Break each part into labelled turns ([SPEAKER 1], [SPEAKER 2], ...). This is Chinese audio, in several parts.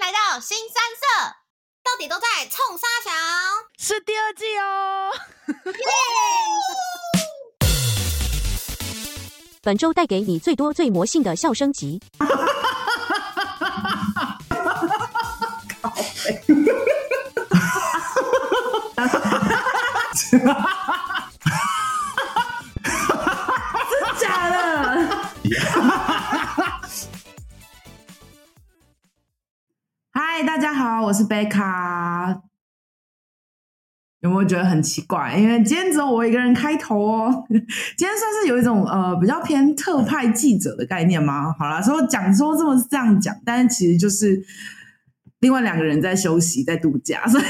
[SPEAKER 1] 来到新三社，到底都在冲沙墙。
[SPEAKER 2] 是第二季哦。
[SPEAKER 3] 本周带给你最多最魔性的笑声集。
[SPEAKER 4] 假的。嗨，大家好，我是贝卡。有没有觉得很奇怪？因为今天只有我一个人开头哦。今天算是有一种呃比较偏特派记者的概念吗？好啦，说讲说这么是这样讲，但是其实就是另外两个人在休息，在度假，所以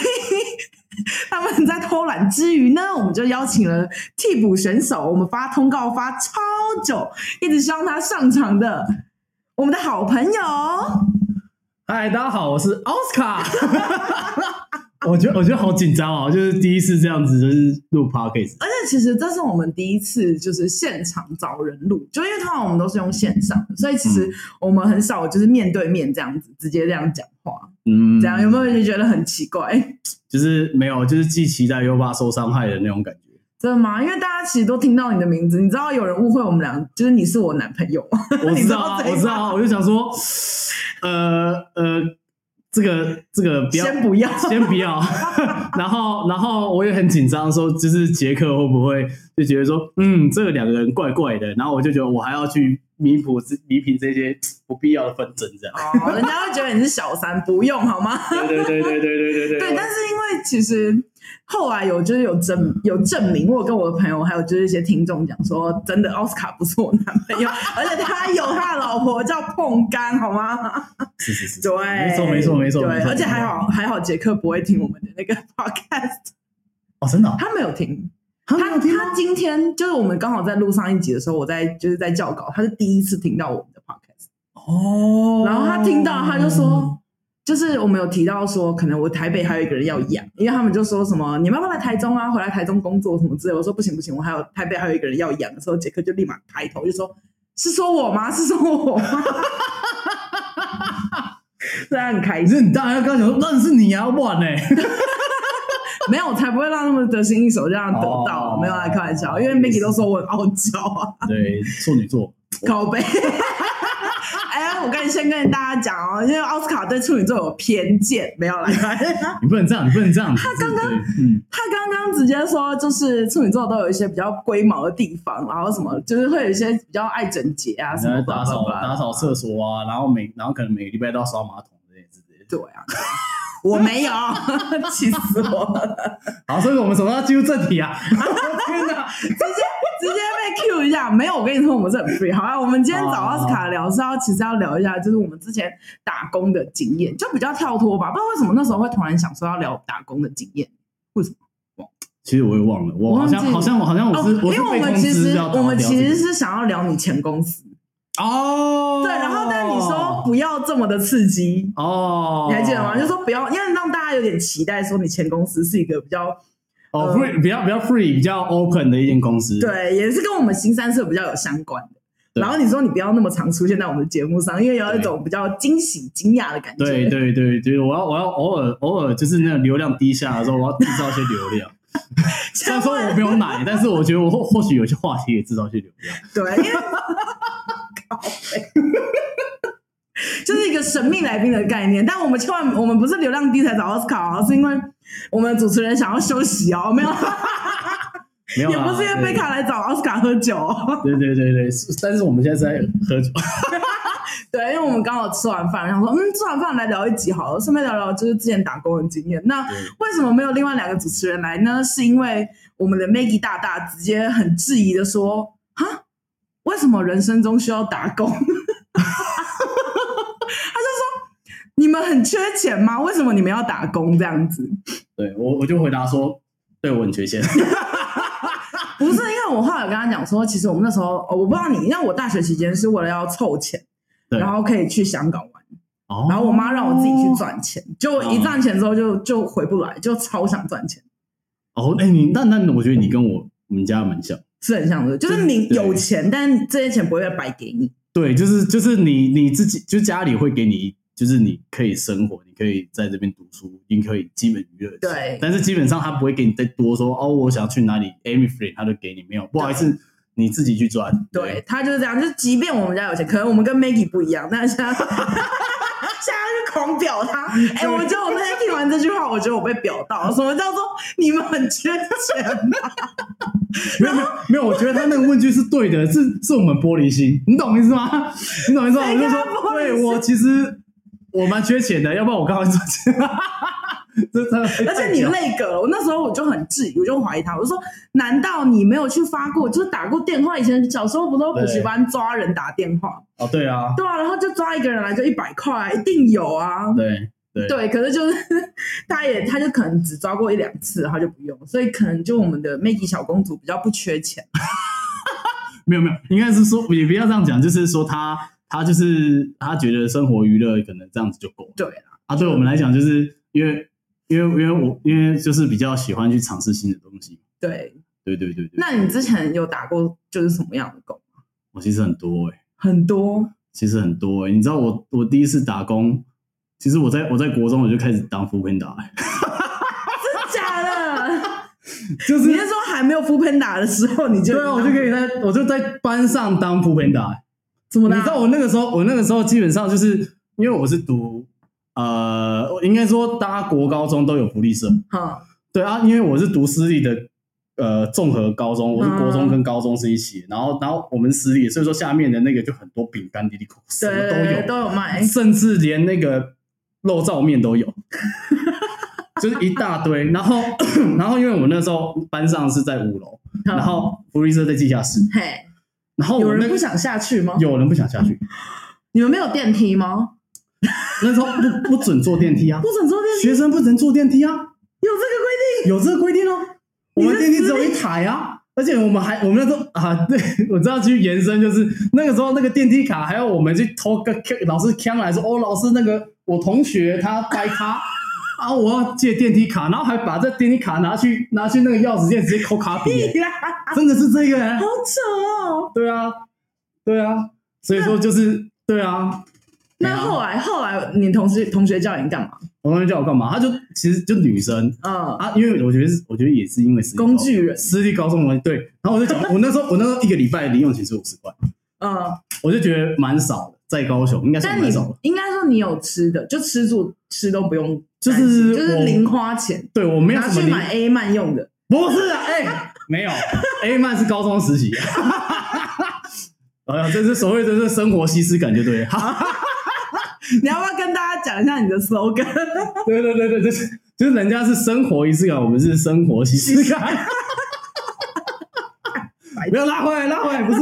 [SPEAKER 4] 他们在偷懒之余呢，我们就邀请了替补选手，我们发通告发超久，一直希望他上场的我们的好朋友。哦
[SPEAKER 5] 嗨，大家好，我是奥斯卡。 我觉得我觉得好紧张哦，就是第一次这样子，就是录 podcast。
[SPEAKER 4] 而且其实这是我们第一次就是现场找人录，就因为通常我们都是用线上的，所以其实
[SPEAKER 5] 嗯
[SPEAKER 4] 我们很少就是面对面这样子直接这样讲话，
[SPEAKER 5] 嗯
[SPEAKER 4] 这样有没有就觉得很奇怪？哎
[SPEAKER 5] 就是没有，就是既期待又怕受伤害的那种感觉。
[SPEAKER 4] 真的吗？因为大家其实都听到你的名字，你知道有人误会我们俩，就是你是我男朋友 吗？
[SPEAKER 5] 我
[SPEAKER 4] 你知
[SPEAKER 5] 知道
[SPEAKER 4] 道
[SPEAKER 5] 啊，
[SPEAKER 4] 这一
[SPEAKER 5] 我知道啊，我就想说，呃呃，这个这个不要，
[SPEAKER 4] 先不要
[SPEAKER 5] 先不要。然后然后我也很紧张，说就是杰克会不会就觉得说，嗯，这个两个人怪怪的，然后我就觉得我还要去弥补这弥平这些不必要的纷争，这样。
[SPEAKER 4] 哦，人家会觉得你是小三，不用好吗？
[SPEAKER 5] 对对对对对对对
[SPEAKER 4] 对，但是因为其实后来有就是有证有证明，我有跟我的朋友还有就是一些听众讲说，真的奥斯卡不是我男朋友，而且他有他的老婆叫碰干，好吗？
[SPEAKER 5] 是是是，
[SPEAKER 4] 对，
[SPEAKER 5] 没错没错没错，
[SPEAKER 4] 对
[SPEAKER 5] 没，错
[SPEAKER 4] 而且还好还好，杰克不会听我们的那个 podcast，
[SPEAKER 5] 哦，真的哦，
[SPEAKER 4] 他没有听。
[SPEAKER 5] 他
[SPEAKER 4] 他他今天就是我们刚好在录上一集的时候，我在就是在校稿，他是第一次听到我们的 podcast，
[SPEAKER 5] 哦
[SPEAKER 4] 然后他听到他就说，就是我们有提到说，可能我台北还有一个人要养，因为他们就说什么你们要不要来台中啊，回来台中工作什么之类的。我说不行不行，我还有台北还有一个人要养的时候，杰克就立马抬头就说：“是说我吗？ 是说我吗？” 对他很开
[SPEAKER 5] 可
[SPEAKER 4] 心，
[SPEAKER 5] 是你当然要跟他讲说，那是你啊，哇呢，
[SPEAKER 4] 没有我才不会让他们得心应手这样得到，
[SPEAKER 5] 哦
[SPEAKER 4] 没有来开玩笑，因为 Maggie 都说我很傲娇啊。
[SPEAKER 5] 对，处女座，
[SPEAKER 4] 靠背。 哎，我跟你先跟大家讲哦，因为奥斯卡对处女座有偏见，没有啦。
[SPEAKER 5] 你不能这样，你不能这样，他刚刚，嗯，
[SPEAKER 4] 他刚刚直接说，就是处女座都有一些比较龟毛的地方，然后什么就是会有一些比较爱整洁啊什
[SPEAKER 5] 然
[SPEAKER 4] 么
[SPEAKER 5] 后打扫打。扫厕所啊，然后每然后可能每个礼拜都要刷马桶之类之类的。
[SPEAKER 4] 对啊，我没有，啊气死我了！
[SPEAKER 5] 好，所以我们首先要进入正题啊，天哪，
[SPEAKER 4] 直接被 Q 一下，没有，我跟你说，我们是很 free。好啊，我们今天找奥斯卡聊是要，其实要聊一下，就是我们之前打工的经验，就比较跳脱吧。不知道为什么那时候会突然想说要聊打工的经验。
[SPEAKER 5] 其实我也忘了，我
[SPEAKER 4] 我
[SPEAKER 5] 好
[SPEAKER 4] 忘记
[SPEAKER 5] 像好像我好像我
[SPEAKER 4] 哦，
[SPEAKER 5] 是
[SPEAKER 4] 因
[SPEAKER 5] 我是
[SPEAKER 4] 为我
[SPEAKER 5] 被
[SPEAKER 4] 们
[SPEAKER 5] 通
[SPEAKER 4] 其
[SPEAKER 5] 知
[SPEAKER 4] 实
[SPEAKER 5] 要
[SPEAKER 4] 我们
[SPEAKER 5] 聊
[SPEAKER 4] 其
[SPEAKER 5] 这
[SPEAKER 4] 实
[SPEAKER 5] 个
[SPEAKER 4] 是想要聊你前公司，
[SPEAKER 5] 哦，
[SPEAKER 4] 对，然后但你说不要这么的刺激，
[SPEAKER 5] 哦，
[SPEAKER 4] 你还记得吗？就说不要，因为让大家有点期待，说你前公司是一个比较
[SPEAKER 5] 哦
[SPEAKER 4] 呃
[SPEAKER 5] ，free 比较比较 free 比较 open 的一间公司，
[SPEAKER 4] 对，也是跟我们新三社比较有相关的。
[SPEAKER 5] 对
[SPEAKER 4] 然后你说你不要那么常出现在我们的节目上，因为有一种比较惊喜、惊讶的感觉。
[SPEAKER 5] 对对对对，我要我要偶尔偶尔就是那个流量低下的时候，我要制造一些流 量。虽然说我没有奶，但是我觉得我或或许有些话题也制造一些流量。
[SPEAKER 4] 对，因为 靠北就是一个神秘来宾的概念。但我们千万我们不是流量低才找奥斯卡哦，是因为我们的主持人想要休息哦，没有，
[SPEAKER 5] 没有
[SPEAKER 4] 也
[SPEAKER 5] 啦，
[SPEAKER 4] 不是因为贝卡来找奥斯卡喝酒哦。
[SPEAKER 5] 对。对对对对，是但是我们现在是在喝酒。
[SPEAKER 4] 对，因为我们刚好吃完饭，想说，嗯，吃完饭来聊一集好了，顺便聊聊就是之前打工的经验。那
[SPEAKER 5] 对
[SPEAKER 4] 为什么没有另外两个主持人来呢？是因为我们的 Maggie 大大直接很质疑的说：“啊，为什么人生中需要打工？” 他就说：“你们很缺钱吗？为什么你们要打工这样子？”
[SPEAKER 5] 对我我就回答说，对我很缺陷。
[SPEAKER 4] 不是，因为我后来有跟他讲说，其实我们那时候，哦、我不知道你，因为我大学期间是为了要凑钱，
[SPEAKER 5] 对
[SPEAKER 4] 然后可以去香港玩。
[SPEAKER 5] 哦
[SPEAKER 4] 然后我妈让我自己去。赚钱，就我
[SPEAKER 5] 嗯
[SPEAKER 4] 一赚钱之后就就回不来，就超想赚钱，
[SPEAKER 5] 哦，哎、你那那我觉得你跟我我们家蛮像。
[SPEAKER 4] 是很想的，就是你
[SPEAKER 5] 对
[SPEAKER 4] 有钱，但这些钱不会白给你。
[SPEAKER 5] 对，就是就是你你自己，就家里会给你，就是你可以生活，你可以在这边读书，你可以基本娱乐。
[SPEAKER 4] 对
[SPEAKER 5] 但是基本上他不会给你再多说哦，我想去哪里，Amy Free 他就给你没有，不好意思，你自己去赚。
[SPEAKER 4] 对，他就是这样，就即便我们家有钱，可能我们跟 Maggie 不一样，但是 他现在就狂表他。哎、我觉得我那天听完这句话，我觉得我被表到了。什么叫做你们很缺钱 吗？
[SPEAKER 5] 没有没有没有，我觉得他那个问句是对的，是是我们玻璃心，你懂意思吗？你懂意思吗？我
[SPEAKER 4] 谁
[SPEAKER 5] 就
[SPEAKER 4] 跟他
[SPEAKER 5] 说，
[SPEAKER 4] 玻璃心
[SPEAKER 5] 对我其实我蛮缺钱的，要不然我刚好赚钱。 这真的会
[SPEAKER 4] 而
[SPEAKER 5] 太
[SPEAKER 4] 且你
[SPEAKER 5] 屌
[SPEAKER 4] 累梗了，我那时候我就很质疑，我就怀疑他，我就说：难道你没有去发过，就是打过电话？以前小时候不都补习班抓人打电话？
[SPEAKER 5] 哦，对啊，
[SPEAKER 4] 对啊，然后就抓一个人来就一百块，一定有啊。
[SPEAKER 5] 对对
[SPEAKER 4] 对，可是就是 他也他就可能只抓过一两次，他就不用，所以可能就我们的 Maggie 小公主比较不缺钱。
[SPEAKER 5] 没有没有，应该是说也不要这样讲，就是说他他就是他觉得生活娱乐可能这样子就够了。
[SPEAKER 4] 对啊，
[SPEAKER 5] 啊，对我们来讲，就是因为因为因为我因为就是比较喜欢去尝试新的东西。
[SPEAKER 4] 对。
[SPEAKER 5] 对对对对，
[SPEAKER 4] 那你之前有打过就是什么样的工？
[SPEAKER 5] 我其实很多哎、
[SPEAKER 4] 很多
[SPEAKER 5] 其实很多、欸。你知道我我第一次打工，其实我在我在国中我就开始当副片打、欸，
[SPEAKER 4] 假的？
[SPEAKER 5] 就
[SPEAKER 4] 你
[SPEAKER 5] 是
[SPEAKER 4] 是说还没有 f o o Panda 的时候你就
[SPEAKER 5] 对啊，我就可以在我就在班上当副片打、欸。
[SPEAKER 4] 怎么
[SPEAKER 5] 你
[SPEAKER 4] 啦
[SPEAKER 5] 知道我那个时候，我那个时候基本上就是因为我是读呃，我应该说大家国高中都有福利社，
[SPEAKER 4] 哈
[SPEAKER 5] 对啊，因为我是读私立的，呃，综合高中，
[SPEAKER 4] 嗯
[SPEAKER 5] 我是国中跟高中是一起，然后然后我们私立，所以说下面的那个就很多饼干、滴滴扣，什么
[SPEAKER 4] 对
[SPEAKER 5] 都有，
[SPEAKER 4] 都有卖，
[SPEAKER 5] 甚至连那个肉燥面都有， 就是一大堆。然后 然后因为我那时候班上是在五楼，
[SPEAKER 4] 嗯
[SPEAKER 5] 然后福利社在地下室，
[SPEAKER 4] 嘿，
[SPEAKER 5] 然后
[SPEAKER 4] 有
[SPEAKER 5] 我那
[SPEAKER 4] 人不
[SPEAKER 5] 个
[SPEAKER 4] 想下去吗？
[SPEAKER 5] 有人不想下去，
[SPEAKER 4] 你们没有电梯吗？
[SPEAKER 5] 那时候不不准坐电梯啊
[SPEAKER 4] 不，准坐电梯，
[SPEAKER 5] 学生不准坐电梯啊。
[SPEAKER 4] 有这个规定？
[SPEAKER 5] 有这个规定哦。我
[SPEAKER 4] 你是
[SPEAKER 5] 们电梯只有一台啊，而且我们还我们那时候 啊，对，我知道去延伸就是那个时候那个电梯卡，还要我们去偷个老师呛来说，哦，老师那个我同学他掰 卡啊，我要借电梯卡，然后还把这电梯卡拿去拿去那个钥匙店直接抠卡 笔、欸
[SPEAKER 4] 屁啦，
[SPEAKER 5] 真的是这个、欸
[SPEAKER 4] 好，扯哦！
[SPEAKER 5] 对啊，对啊，所以说就是对啊。
[SPEAKER 4] 那后来后来你同事同学叫你干嘛？
[SPEAKER 5] 我同学叫我干嘛？他就其实就女生，
[SPEAKER 4] 嗯，
[SPEAKER 5] 啊，因为我觉得是，我觉得也是因为私立高
[SPEAKER 4] 工具人
[SPEAKER 5] 私立高中的对。然后我就 讲，我那时候我那时候一个礼拜零用钱是五十块，
[SPEAKER 4] 嗯，
[SPEAKER 5] 我就觉得蛮少的，在高雄应该算
[SPEAKER 4] 但你
[SPEAKER 5] 蛮少的。
[SPEAKER 4] 应该说你有吃的，就吃住吃都不用
[SPEAKER 5] 就
[SPEAKER 4] 担心，
[SPEAKER 5] 是
[SPEAKER 4] 就是
[SPEAKER 5] 我
[SPEAKER 4] 零花钱，
[SPEAKER 5] 对我没有
[SPEAKER 4] 拿
[SPEAKER 5] 什么
[SPEAKER 4] 去
[SPEAKER 5] 零，
[SPEAKER 4] 买 A 漫用的。
[SPEAKER 5] 不是啊，哎、 没有 A 曼是高中实 习。哎呀，这是所谓的这生活西施感就对了。
[SPEAKER 4] 你要不要跟大家讲一下你的 slogan？
[SPEAKER 5] 对对对对，就是就是人家是生活仪式感，我们是生活仪式感。不要拉回来，拉回来，不是。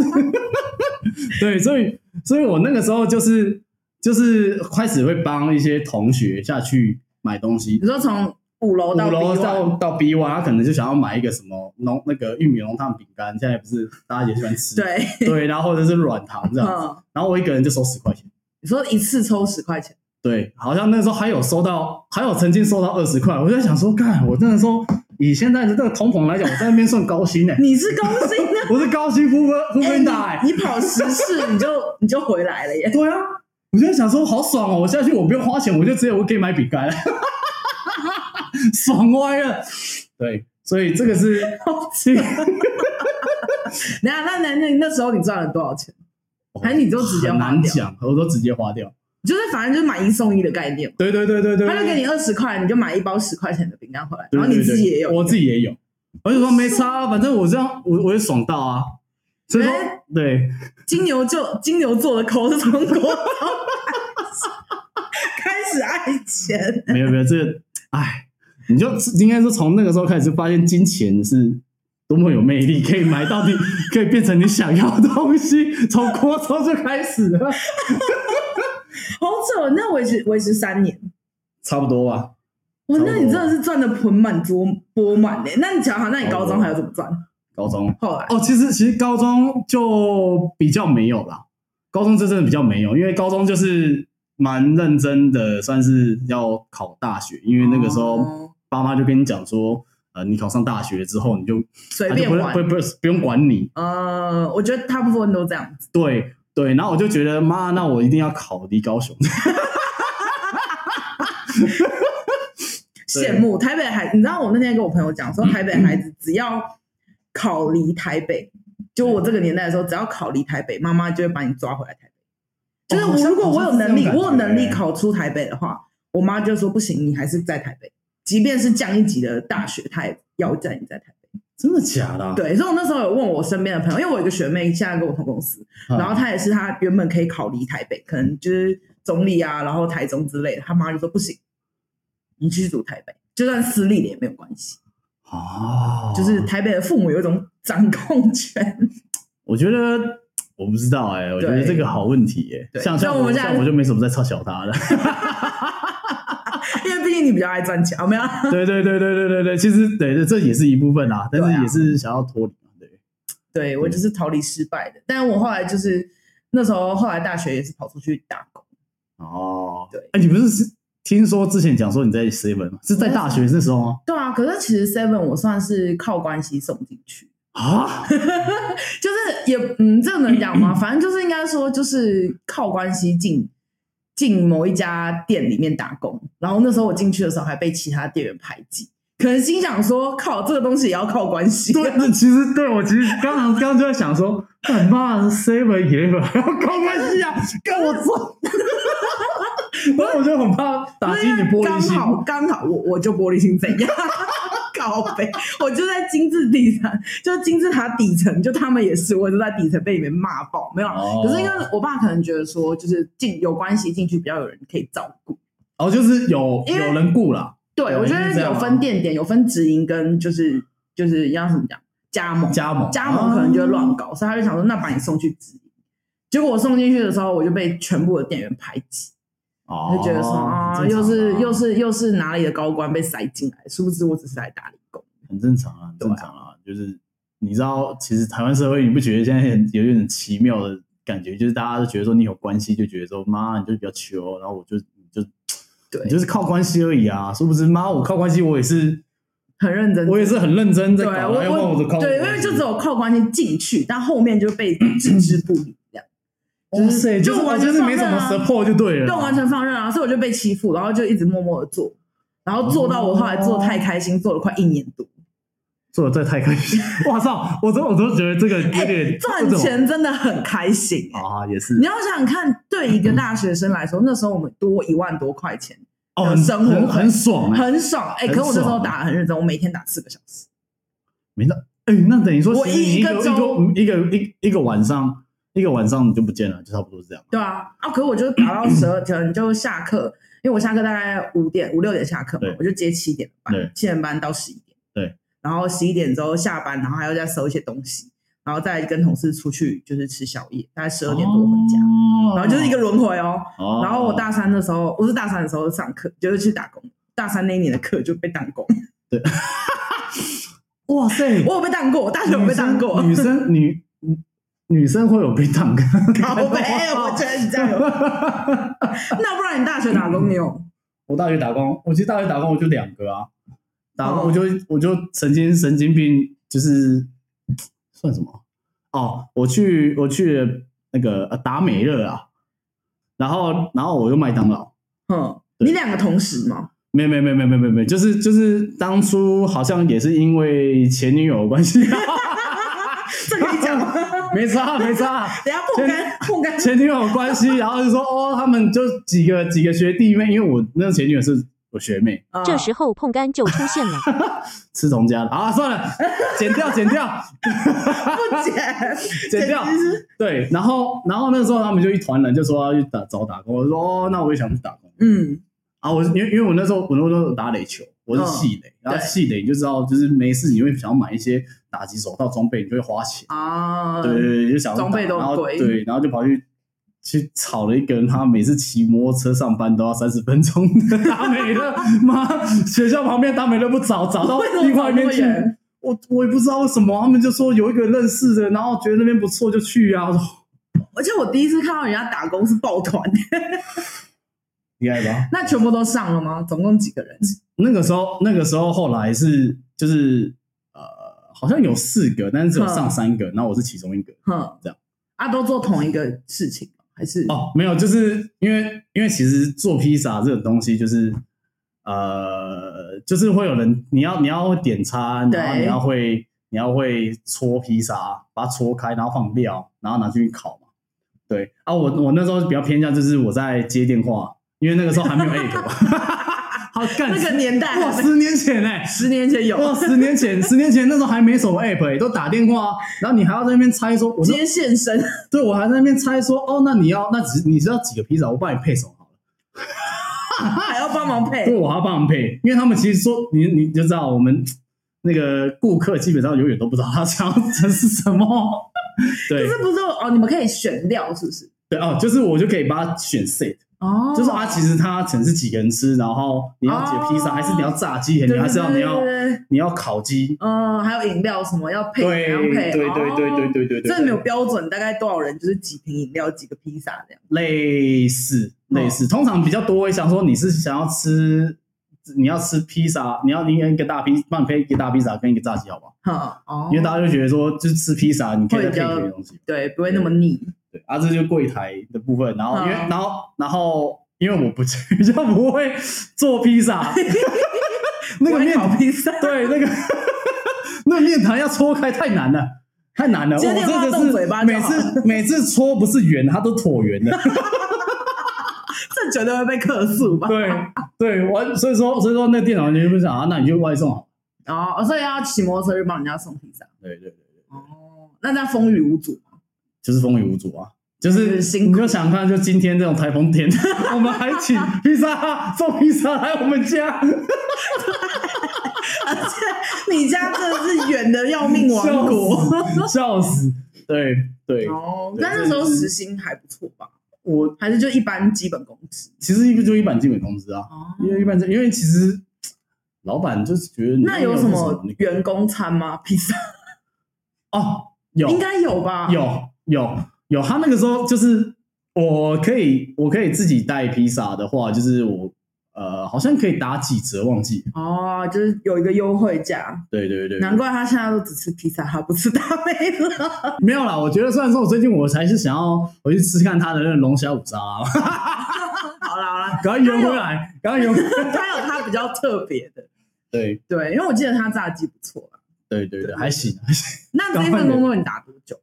[SPEAKER 5] 对，所以所以我那个时候就是就是开始会帮一些同学下去买东西
[SPEAKER 4] 你，说从五楼
[SPEAKER 5] 五
[SPEAKER 4] 到 B
[SPEAKER 5] 楼
[SPEAKER 4] 万
[SPEAKER 5] 到到 B 湾，他可能就想要买一个什么浓那个玉米浓汤饼干，现在不是大家也喜欢吃，
[SPEAKER 4] 对，
[SPEAKER 5] 对，然后或者是软糖这样子，
[SPEAKER 4] 嗯，
[SPEAKER 5] 然后我一个人就收十块钱。
[SPEAKER 4] 你说一次抽十块钱，
[SPEAKER 5] 对，好像那时候还有收到，还有曾经收到二十块，我就在想说，干，我那时候以现在的这个通膨来讲，我在那边算高薪呢、欸
[SPEAKER 4] 你是高薪的
[SPEAKER 5] 我是高薪富翁富翁打、
[SPEAKER 4] 哎，
[SPEAKER 5] 欸，
[SPEAKER 4] 你你跑十次你就你就回来了耶，
[SPEAKER 5] 对啊，我就在想说，好爽哦，我下去我不用花钱，我就直接我可以买饼干， 爽歪了。对，所以这个是，
[SPEAKER 4] 等一下，那那那那时候你赚了多少钱？ 还是你就直接
[SPEAKER 5] 很
[SPEAKER 4] 花
[SPEAKER 5] 难
[SPEAKER 4] 掉，
[SPEAKER 5] 讲，我都直接花掉。
[SPEAKER 4] 就是反正就是买一送一的概念嘛。
[SPEAKER 5] 对对对对对，
[SPEAKER 4] 他就给
[SPEAKER 5] 你，
[SPEAKER 4] 你二十块，你就买一包十块钱的饼干回来，
[SPEAKER 5] 对
[SPEAKER 4] 然后你自己也有，
[SPEAKER 5] 我自己也有，我就说没差、啊，反正我这样我我也爽到啊，所以说
[SPEAKER 4] 哎
[SPEAKER 5] 对。
[SPEAKER 4] 金牛就金牛座的口是从国中开始爱钱，
[SPEAKER 5] 没有没有，这个，哎，你就应该说从那个时候开始，发现金钱是多么有魅力，可以买到你， 可以变成你想要的东西。从国中就开始了，
[SPEAKER 4] 好扯！哦那维持维持三年，
[SPEAKER 5] 差不多啊吧。
[SPEAKER 4] 哇，
[SPEAKER 5] 差不多
[SPEAKER 4] 那你真的是赚的盆满钵钵满嘞！那你讲好，那你高中还有怎么赚？
[SPEAKER 5] 高中
[SPEAKER 4] 后来
[SPEAKER 5] 哦，其实其实高中就比较没有啦，高中就真的比较没有，因为高中就是蛮认真的，算是要考大学，因为那个时候
[SPEAKER 4] 哦
[SPEAKER 5] 爸妈就跟你讲说，呃，你考上大学之后，你就
[SPEAKER 4] 随
[SPEAKER 5] 他啊就
[SPEAKER 4] 便
[SPEAKER 5] 不
[SPEAKER 4] 玩
[SPEAKER 5] 不，不不用管你，
[SPEAKER 4] 呃，我觉得大部分都这样子，
[SPEAKER 5] 对对，然后我就觉得妈，那我一定要考离高雄。
[SPEAKER 4] 羡慕台北的孩子，你知道我那天跟我朋友讲说，
[SPEAKER 5] 嗯
[SPEAKER 4] 台北的孩子只要考离台北，就我这个年代的时候，只要考离台北，妈妈就会把你抓回来台北。
[SPEAKER 5] 哦
[SPEAKER 4] 就是如果我有能力，
[SPEAKER 5] 好像是这种感觉
[SPEAKER 4] 我有能力考出台北的话，我妈就说不行，你还是在台北，即便是降一级的大学，她也要叫你在台北。
[SPEAKER 5] 真的假的啊？
[SPEAKER 4] 对，所以我那时候有问我身边的朋友，因为我有一个学妹现在跟我同公司，
[SPEAKER 5] 嗯，
[SPEAKER 4] 然后她也是她原本可以考离台北，可能就是中立啊，然后台中之类的，她妈就说不行，你去读台北，就算私立的也没有关系。
[SPEAKER 5] 哦，
[SPEAKER 4] 就是台北的父母有一种掌控权，
[SPEAKER 5] 我觉得我不知道哎、我觉得
[SPEAKER 4] 对
[SPEAKER 5] 这个好问题哎、
[SPEAKER 4] 对
[SPEAKER 5] 像
[SPEAKER 4] 像
[SPEAKER 5] 像
[SPEAKER 4] 我
[SPEAKER 5] 我
[SPEAKER 4] 们现在
[SPEAKER 5] 像我就没什么在操小他的。
[SPEAKER 4] 因为毕竟你比较爱赚钱，啊没有啊？
[SPEAKER 5] 对对对对对对对，其实对对，这也是一部分啦，但
[SPEAKER 4] 对啊
[SPEAKER 5] 是也是想要脱离嘛。对，
[SPEAKER 4] 对我就是逃离失败的，但我后来就是那时候后来大学也是跑出去打工，
[SPEAKER 5] 哦，
[SPEAKER 4] 对
[SPEAKER 5] 哎、你不是是听说之前讲说你在 seven 吗？是在大学那时 候吗？
[SPEAKER 4] 对啊，可是其实 Seven 我算是靠关系送进去，
[SPEAKER 5] 啊，
[SPEAKER 4] 就是也嗯，这个能讲 吗？反正就是应该说就是靠关系进进某一家店里面打工，然后那时候我进去的时候还被其他店员排挤，可能心想说靠这个东西也要靠关系，啊
[SPEAKER 5] 对，那其实对我其实刚刚刚刚就在想说，干嘛 seven 也有还要搞关 系啊？干我操！然后我就很怕打击你玻璃心
[SPEAKER 4] 啊刚。好刚好我我就玻璃心 怎样？搞呗，我就在金字底层，就金字塔底层，就他们也是，我就在底层被里面骂爆，没有啦。
[SPEAKER 5] 哦
[SPEAKER 4] 可是因为我爸可能觉得说，就是进有关系进去比较有人可以照顾。
[SPEAKER 5] 哦，就是有
[SPEAKER 4] 因为
[SPEAKER 5] 有人雇啦，
[SPEAKER 4] 对，我觉
[SPEAKER 5] 对是这
[SPEAKER 4] 得
[SPEAKER 5] 样
[SPEAKER 4] 有
[SPEAKER 5] 啊
[SPEAKER 4] 分店点，有分直营跟就是就是要怎么讲加盟，
[SPEAKER 5] 加盟
[SPEAKER 4] 加盟可能就会乱搞，所以他就想说，那把你送去直营。结果我送进去的时候，我就被全部的店员排挤。
[SPEAKER 5] 哦，
[SPEAKER 4] 就觉得说啊，
[SPEAKER 5] 很正常
[SPEAKER 4] 又是
[SPEAKER 5] 啊
[SPEAKER 4] 又是又是哪里的高官被塞进来，殊不知我只是来打零工。
[SPEAKER 5] 很正常啊，很正常啊，就是你知道，其实台湾社会，你不觉得现在很有一种奇妙的感觉，就是大家都觉得说你有关系，就觉得说妈你就比较穷，然后我就你就
[SPEAKER 4] 对
[SPEAKER 5] 你就是靠关系而已啊，殊不知妈我靠关系，我也是
[SPEAKER 4] 很认真，
[SPEAKER 5] 我也是很认真在
[SPEAKER 4] 对啊
[SPEAKER 5] 搞，啊
[SPEAKER 4] 我
[SPEAKER 5] 然后又问我的靠
[SPEAKER 4] 对，因为就只有靠关系进去，但后面就被置之不理这样，
[SPEAKER 5] 哇塞，
[SPEAKER 4] 就是完
[SPEAKER 5] 完
[SPEAKER 4] 全
[SPEAKER 5] 全是没什么
[SPEAKER 4] 放任啊
[SPEAKER 5] support 就对了，
[SPEAKER 4] 就完全放任啊，所以我就被欺负，然后就一直默默的做，然后做到我后来做太开心，做了快一年多，
[SPEAKER 5] 做的太开心，哇操，我都我都觉得这个有点
[SPEAKER 4] 哎赚钱真的很开心、欸。
[SPEAKER 5] 啊，也是
[SPEAKER 4] 你要想想看，对一个大学生来说，那时候我们多一万多块钱，
[SPEAKER 5] 哦，
[SPEAKER 4] 的
[SPEAKER 5] 很
[SPEAKER 4] 生活
[SPEAKER 5] 很很爽哎，
[SPEAKER 4] 很爽哎、欸可我那时候打的很认真，我每天打四个小时。
[SPEAKER 5] 没那哎、那等于说
[SPEAKER 4] 我
[SPEAKER 5] 其实你
[SPEAKER 4] 一
[SPEAKER 5] 一
[SPEAKER 4] 个
[SPEAKER 5] 个
[SPEAKER 4] 周
[SPEAKER 5] 一个一个一一个晚上，一个晚上你就不见了，就差不多是这样。
[SPEAKER 4] 对啊，啊，可是我就打到十 二点就下课，因为我下课大概五点五六点下课嘛
[SPEAKER 5] 对，
[SPEAKER 4] 我就接七点半
[SPEAKER 5] 对，
[SPEAKER 4] 七点半到十一点，
[SPEAKER 5] 对，
[SPEAKER 4] 然后十一点之后下班，然后还要再收一些东西，然后再跟同事出去就是吃宵夜，大概十二点多回家，
[SPEAKER 5] 哦
[SPEAKER 4] 然后就是一个，轮回哦。
[SPEAKER 5] 哦
[SPEAKER 4] 然后我大三的时候，我是大三的时候上课，就是去打工。大三那一年的课就被当工，
[SPEAKER 5] 哇塞，
[SPEAKER 4] 我有被当过，我大学有被当过，
[SPEAKER 5] 女生女女女生会有被当过，
[SPEAKER 4] 好没有，我觉得你这样有。那不然你大学打工你有？
[SPEAKER 5] 我大学打工，我去大学打工我就两个啊，打工
[SPEAKER 4] 哦
[SPEAKER 5] 我就、我就曾经神经病，就是算什么？哦，我去我去那个呃达美乐啊，然后然后我又麦当劳。
[SPEAKER 4] 嗯，
[SPEAKER 5] 对
[SPEAKER 4] 你两个同时吗？
[SPEAKER 5] 没有没有没有没有没有没有，就是就是当初好像也是因为前女友的关系，
[SPEAKER 4] 这可以讲吗？
[SPEAKER 5] 没差没差，
[SPEAKER 4] 等下碰干碰干，
[SPEAKER 5] 前女友的关系，然后就说哦，他们就几个几个学弟妹，因为我那个前女友是我学妹，
[SPEAKER 4] 啊
[SPEAKER 3] 这时候碰干就出现了。
[SPEAKER 5] 吃同家的，好啊，算了， 剪掉剪掉
[SPEAKER 4] 不剪，
[SPEAKER 5] 剪掉
[SPEAKER 4] 简直是
[SPEAKER 5] 对，然后然后那时候他们就一团人就说要去打找打工，我说哦，那我也想去打工
[SPEAKER 4] 嗯，
[SPEAKER 5] 啊，我因为因为我那时候我那时候打垒球，我是系垒，然后
[SPEAKER 4] 对
[SPEAKER 5] 系垒你就知道，就是没事你会想要买一些打击手套装备，你就会花钱。
[SPEAKER 4] 啊，
[SPEAKER 5] 对对对，就想说
[SPEAKER 4] 装备都很
[SPEAKER 5] 然后
[SPEAKER 4] 贵
[SPEAKER 5] 对，然后就跑去去炒了一个人，他每次骑摩托车上班都要三十分钟的达美乐， 妈，学校旁边达美乐不找，找到
[SPEAKER 4] 为什么
[SPEAKER 5] 另外一边去
[SPEAKER 4] 找那么远。
[SPEAKER 5] 我我也不知道为什么，他们就说有一个认识的，然后觉得那边不错就去啊。我说
[SPEAKER 4] 而且我第一次看到人家打工是抱团，
[SPEAKER 5] 厉害吧？
[SPEAKER 4] 那全部都上了吗？总共几个人？
[SPEAKER 5] 那个时候，那个时候后来是就是呃，好像有四个，但是只有
[SPEAKER 4] 嗯
[SPEAKER 5] 上三个，然后我是其中一个。
[SPEAKER 4] 哼，
[SPEAKER 5] 这样
[SPEAKER 4] 啊，都做同一个事情吗还是
[SPEAKER 5] 哦，没有，就是因为因为其实做披萨这种东西，就是呃，就是会有人，你要你要会点餐，然后
[SPEAKER 4] 对
[SPEAKER 5] 你要会你要会搓披萨，把它搓开，然后放料，然后拿去烤嘛。对啊，我我那时候比较偏向就是我在接电话，因为那个时候还没有 app，好干
[SPEAKER 4] 那个年代
[SPEAKER 5] 哇，十年前哎、
[SPEAKER 4] 十年前有
[SPEAKER 5] 哇，十年前，十年前那时候还没什么 app，、欸、都打电话，然后你还要在那边猜说，我
[SPEAKER 4] 今
[SPEAKER 5] 说
[SPEAKER 4] 天现身，
[SPEAKER 5] 对我还在那边猜说，哦，那你要那只是你知道几个披萨，我帮你配什么好了。
[SPEAKER 4] 还要帮忙
[SPEAKER 5] 对，
[SPEAKER 4] 配，
[SPEAKER 5] 我还要帮他们配，因为他们其实说你你就知道我们那个顾客基本上永远都不知道他想要的是什 么。
[SPEAKER 4] 可
[SPEAKER 5] 对
[SPEAKER 4] 是不是哦？你们可以选料是不是？
[SPEAKER 5] 对哦，就是我就可以帮他选 set，、
[SPEAKER 4] 哦，
[SPEAKER 5] 就是他其实他只能是几个人吃，然后你要几个披
[SPEAKER 4] 哦
[SPEAKER 5] 萨，还是你要炸鸡，
[SPEAKER 4] 对
[SPEAKER 5] 你还是要你要
[SPEAKER 4] 对对对对
[SPEAKER 5] 你要烤鸡。哦
[SPEAKER 4] 嗯，还有饮料什么要配，
[SPEAKER 5] 对
[SPEAKER 4] 怎样配
[SPEAKER 5] 对对对对对对对，
[SPEAKER 4] 真的没有标准，大概多少人就是几瓶饮料、几个披萨这样。
[SPEAKER 5] 类似
[SPEAKER 4] 哦
[SPEAKER 5] 类似，通常比较多会想说你是想要吃，你要吃披萨，你要你一个大披，帮你配一个大披萨跟一个炸鸡，好不好？
[SPEAKER 4] 哈哦，
[SPEAKER 5] 因为大家就觉得说，就是吃披萨你可
[SPEAKER 4] 会
[SPEAKER 5] 以再
[SPEAKER 4] 比
[SPEAKER 5] 配
[SPEAKER 4] 较
[SPEAKER 5] 别的东西。
[SPEAKER 4] 对不会那么腻，
[SPEAKER 5] 对，啊，这就是柜台的部分。然后因为
[SPEAKER 4] 嗯
[SPEAKER 5] 然后然后因为我不 比较不会做披萨，那个面
[SPEAKER 4] 不会烤披 萨，
[SPEAKER 5] 对那个那个面团要搓开太难了。太难了，我
[SPEAKER 4] 直接电话
[SPEAKER 5] 这
[SPEAKER 4] 动嘴
[SPEAKER 5] 个
[SPEAKER 4] 巴就
[SPEAKER 5] 是每
[SPEAKER 4] 好
[SPEAKER 5] 次每次搓不是圆，它都椭圆的。
[SPEAKER 4] 这绝对会被客诉吧？
[SPEAKER 5] 对对，我所以说所以说那电脑你就不想啊，那你就外送好了。
[SPEAKER 4] 哦，哦所以要骑摩托车去帮人家送披萨。
[SPEAKER 5] 对对对，
[SPEAKER 4] 哦，那这样风雨无阻吗？
[SPEAKER 5] 就是风雨无阻啊，就是
[SPEAKER 4] 嗯辛
[SPEAKER 5] 你
[SPEAKER 4] 苦
[SPEAKER 5] 就想看，就今天这种台 风天，我们还请披萨送披萨来我们家，
[SPEAKER 4] 你家真的是远的要命王 国。
[SPEAKER 5] 笑死，笑死，对对，
[SPEAKER 4] 哦，
[SPEAKER 5] 对
[SPEAKER 4] 但那时候时薪还不错吧？
[SPEAKER 5] 我
[SPEAKER 4] 还是就一般基本工资？
[SPEAKER 5] 其实一不就一般基本工资啊，
[SPEAKER 4] 哦
[SPEAKER 5] 因为一般因为其实老板就是觉得你
[SPEAKER 4] 那有
[SPEAKER 5] 要
[SPEAKER 4] 什
[SPEAKER 5] 什
[SPEAKER 4] 么
[SPEAKER 5] 那个
[SPEAKER 4] 员工餐吗？披萨
[SPEAKER 5] 哦，有
[SPEAKER 4] 应该有吧？
[SPEAKER 5] 有有有，他那个时候就是我可以我可以自己带披萨的话，就是我呃好像可以打几折，忘记了，
[SPEAKER 4] 哦，就是有一个优惠价，
[SPEAKER 5] 对对对，
[SPEAKER 4] 难怪他现在都只吃披萨，他不吃大 杯了。
[SPEAKER 5] 没有啦，我觉得虽然说我最近我才是想要我去吃看他的那个龙虾五沙，
[SPEAKER 4] 好啦好啦，
[SPEAKER 5] 赶快游回来， 赶快游。
[SPEAKER 4] 他有他比较特别的，
[SPEAKER 5] 对
[SPEAKER 4] 对，因为我记得他炸鸡不错啦。
[SPEAKER 5] 对对对，
[SPEAKER 4] 对
[SPEAKER 5] 还行，还行。
[SPEAKER 4] 那这份工作你打多久？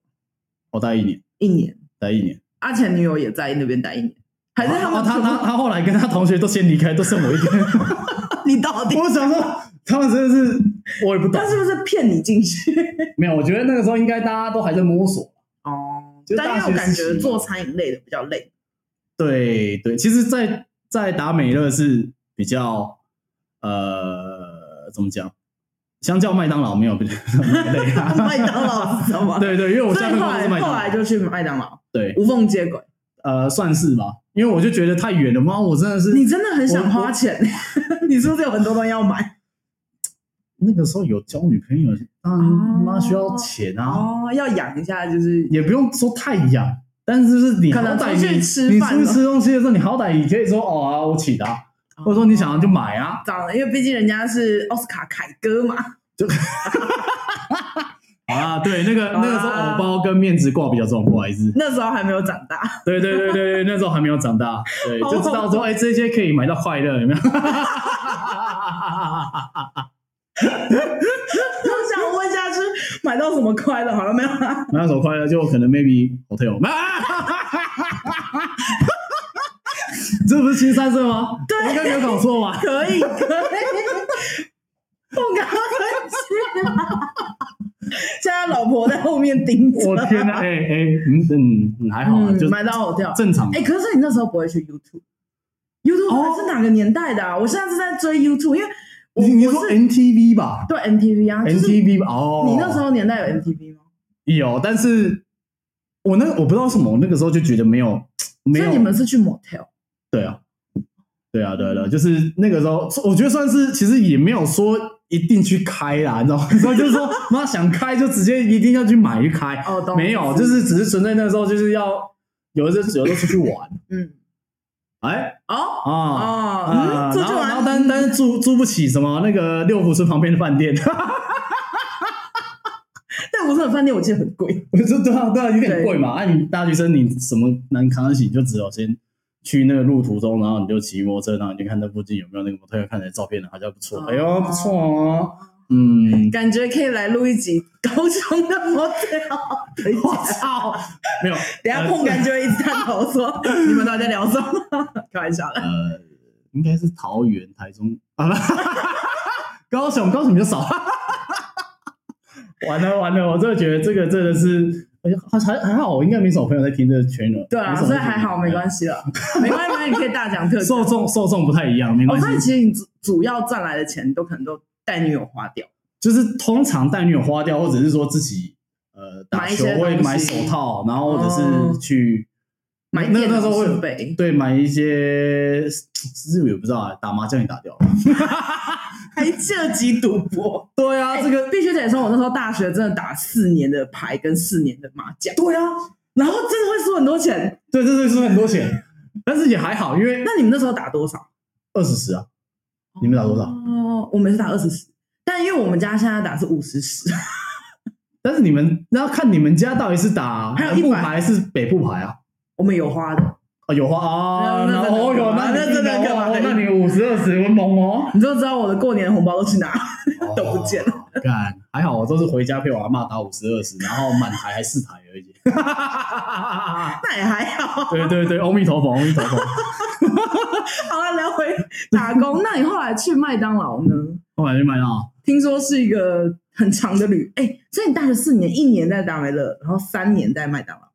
[SPEAKER 5] 我待一年，
[SPEAKER 4] 一年，
[SPEAKER 5] 待一年。
[SPEAKER 4] 啊，前女友也在那边待一年，还是他们
[SPEAKER 5] 哦他
[SPEAKER 4] 全部
[SPEAKER 5] 他他后来跟他同学都先离开，都剩我一个人。
[SPEAKER 4] 你到底
[SPEAKER 5] 我想说，他们真的是我也不懂
[SPEAKER 4] 他。是不是骗你进去？
[SPEAKER 5] 没有，我觉得那个时候应该大家都还在摸索。
[SPEAKER 4] 哦
[SPEAKER 5] 就是
[SPEAKER 4] 但因
[SPEAKER 5] 大
[SPEAKER 4] 为
[SPEAKER 5] 学
[SPEAKER 4] 我感
[SPEAKER 5] 时期
[SPEAKER 4] 觉
[SPEAKER 5] 嘛
[SPEAKER 4] 做餐饮类的比较累，
[SPEAKER 5] 对对，其实在，在达美乐是比较呃怎么讲，相较麦当劳没有比较 累啊。
[SPEAKER 4] 麦当劳是什么？
[SPEAKER 5] 对对，因为我
[SPEAKER 4] 所
[SPEAKER 5] 下
[SPEAKER 4] 以
[SPEAKER 5] 份
[SPEAKER 4] 后
[SPEAKER 5] 工作是
[SPEAKER 4] 来
[SPEAKER 5] 麦当
[SPEAKER 4] 后
[SPEAKER 5] 劳
[SPEAKER 4] 来。就去麦当劳，
[SPEAKER 5] 对，
[SPEAKER 4] 无缝接轨。
[SPEAKER 5] 呃，算是吧，因为我就觉得太远了嘛，我真的是
[SPEAKER 4] 你真的很
[SPEAKER 5] 我
[SPEAKER 4] 想花钱， 你是不是有很多东西要买？
[SPEAKER 5] 那个时候有交女朋友，当然妈需要钱啊，
[SPEAKER 4] 哦，要养一下，就是
[SPEAKER 5] 也不用说太养，但是就是你好
[SPEAKER 4] 可能
[SPEAKER 5] 歹
[SPEAKER 4] 出去
[SPEAKER 5] 你
[SPEAKER 4] 吃
[SPEAKER 5] 你
[SPEAKER 4] 饭了
[SPEAKER 5] 出去
[SPEAKER 4] 哦
[SPEAKER 5] 吃东西的时候，你好歹也可以说哦啊，我请的、啊，或者说你想要就买啊，
[SPEAKER 4] 长了，因为毕竟人家是奥斯卡凯歌嘛。
[SPEAKER 5] 啊，对，那个那个时候
[SPEAKER 4] 啊
[SPEAKER 5] 偶包跟面子挂比较重，不好意思。
[SPEAKER 4] 那时候还没有长大，
[SPEAKER 5] 对对对对对，那时候还没有长大，对，
[SPEAKER 4] 好
[SPEAKER 5] 就知道说，哎、这些可以买到快乐，有没有？
[SPEAKER 4] 我想问一下，是买到什么快乐？好了没有啊？
[SPEAKER 5] 买到什么快乐？就可能 maybe hotel，这不是青山社吗？对，我应该没有搞错吧？
[SPEAKER 4] 可以，可以， 不敢分析。现在老婆在后面盯着，
[SPEAKER 5] 我天哪、哎哎、嗯嗯嗯，还好啊，
[SPEAKER 4] 嗯
[SPEAKER 5] 就
[SPEAKER 4] 买到好掉。
[SPEAKER 5] 正常。
[SPEAKER 4] 哎、可是你那时候不会去 YouTube。YouTube
[SPEAKER 5] 哦
[SPEAKER 4] 到底是哪个年代的、啊？我现在是在追 YouTube，因为我
[SPEAKER 5] 你你
[SPEAKER 4] 我
[SPEAKER 5] 说
[SPEAKER 4] 是
[SPEAKER 5] NTV 吧
[SPEAKER 4] 对 MTV 啊，就是
[SPEAKER 5] ？NTV 吧？哦，
[SPEAKER 4] 你那时候年代有 MTV 吗？
[SPEAKER 5] 有，但是我那我不知道为什么，我那个时候就觉得没有没
[SPEAKER 4] 所以
[SPEAKER 5] 有
[SPEAKER 4] 你们是去 motel
[SPEAKER 5] 对啊，对啊，对啊，对
[SPEAKER 4] 嗯
[SPEAKER 5] 啊，就是那个时候，我觉得算是其实也没有说一定去开啦，你知道吗？ 所以就是说，妈想开就直接一定要去买去开，
[SPEAKER 4] 哦，懂
[SPEAKER 5] 没有，就是只是纯粹那时候就是要有的时候有的时候出去玩，
[SPEAKER 4] 嗯，
[SPEAKER 5] 哎
[SPEAKER 4] 哦
[SPEAKER 5] 啊。
[SPEAKER 4] 哦，
[SPEAKER 5] 啊、
[SPEAKER 4] 嗯，出
[SPEAKER 5] 然
[SPEAKER 4] 去
[SPEAKER 5] 后然后
[SPEAKER 4] 玩，
[SPEAKER 5] 但但是住住不起什么那个六福村旁边的饭店，
[SPEAKER 4] 但我是很饭店，我记得很贵，
[SPEAKER 5] 我说对啊对啊，有点
[SPEAKER 4] 对
[SPEAKER 5] 贵嘛。啊，你大学生你什么能扛得起，就只有先去那个路途中，然后你就骑摩托车，然后你就看那附近有没有那个模特儿看起来照片的，好像不错，哎呦不错哦， 嗯，
[SPEAKER 4] 感觉可以来录一集高中的模特。等一
[SPEAKER 5] 我
[SPEAKER 4] 下，
[SPEAKER 5] 操， 没有，
[SPEAKER 4] 哦
[SPEAKER 5] 呃
[SPEAKER 4] 等一下碰感就一直探头 说你们到底在聊什么？ 开玩笑的。啊
[SPEAKER 5] 呃，应该是桃园、台中啊，不 高雄，高雄比较少。 完了完了，我真的觉得这个真的是，哎呀还还还好，我应该没什么朋友在听这个圈了。
[SPEAKER 4] 对啊，所以还好，没关系
[SPEAKER 5] 系。
[SPEAKER 4] 了，没关系，你可以大讲特讲。
[SPEAKER 5] 哎受众受众不太一样，没
[SPEAKER 4] 我
[SPEAKER 5] 关
[SPEAKER 4] 发现
[SPEAKER 5] 系。
[SPEAKER 4] 其实你主主要赚来的钱，都可能都带女友花掉。
[SPEAKER 5] 就是通常带女友花掉，或者是说自己呃打
[SPEAKER 4] 买一
[SPEAKER 5] 球
[SPEAKER 4] 些
[SPEAKER 5] 会
[SPEAKER 4] 东
[SPEAKER 5] 买
[SPEAKER 4] 西哦
[SPEAKER 5] 手套，然后或者是去、
[SPEAKER 4] 买
[SPEAKER 5] 那
[SPEAKER 4] 电
[SPEAKER 5] 那
[SPEAKER 4] 脑
[SPEAKER 5] 时候会
[SPEAKER 4] 设
[SPEAKER 5] 有
[SPEAKER 4] 备，
[SPEAKER 5] 对买一些，其实我也不知道、啊，打麻将也打 掉了。
[SPEAKER 4] 还涉及赌博。
[SPEAKER 5] 对啊，
[SPEAKER 4] 哎
[SPEAKER 5] 这个
[SPEAKER 4] 必须得说，我那时候大学真的打四年的牌跟四年的麻将，
[SPEAKER 5] 对啊，
[SPEAKER 4] 然后真的会输很多钱。
[SPEAKER 5] 对对对，是很多钱，但是也还好，因为
[SPEAKER 4] 那你们那时候打多少？
[SPEAKER 5] 二十十啊，你们打多少？
[SPEAKER 4] 哦，我们是打二十十，但因为我们家现在打是五十十，
[SPEAKER 5] 但是你们然后看你们家到底是打
[SPEAKER 4] 还有
[SPEAKER 5] 南部
[SPEAKER 4] 100
[SPEAKER 5] 牌还是北部牌啊？
[SPEAKER 4] 我们有花的。
[SPEAKER 5] 啊，有花啊，
[SPEAKER 4] 那
[SPEAKER 5] 然
[SPEAKER 4] 那
[SPEAKER 5] 后
[SPEAKER 4] 真的
[SPEAKER 5] 有
[SPEAKER 4] 干
[SPEAKER 5] 哦
[SPEAKER 4] 嘛那真的干嘛
[SPEAKER 5] 那你五十二十，我懵哦，
[SPEAKER 4] 你就知道我的过年红包都去哪，都不见了。
[SPEAKER 5] 了。干，还好我都是回家陪我阿妈打五十二十，然后满台还四台而已。
[SPEAKER 4] 那也还好。
[SPEAKER 5] 对对对，阿弥陀佛，阿弥陀佛。
[SPEAKER 4] 好了，聊回打工，那你后来去麦当劳呢？
[SPEAKER 5] 后来就买到，
[SPEAKER 4] 听说是一个很长的旅，哎、所以你大学四年，一年在达美乐，然后三年在麦当劳。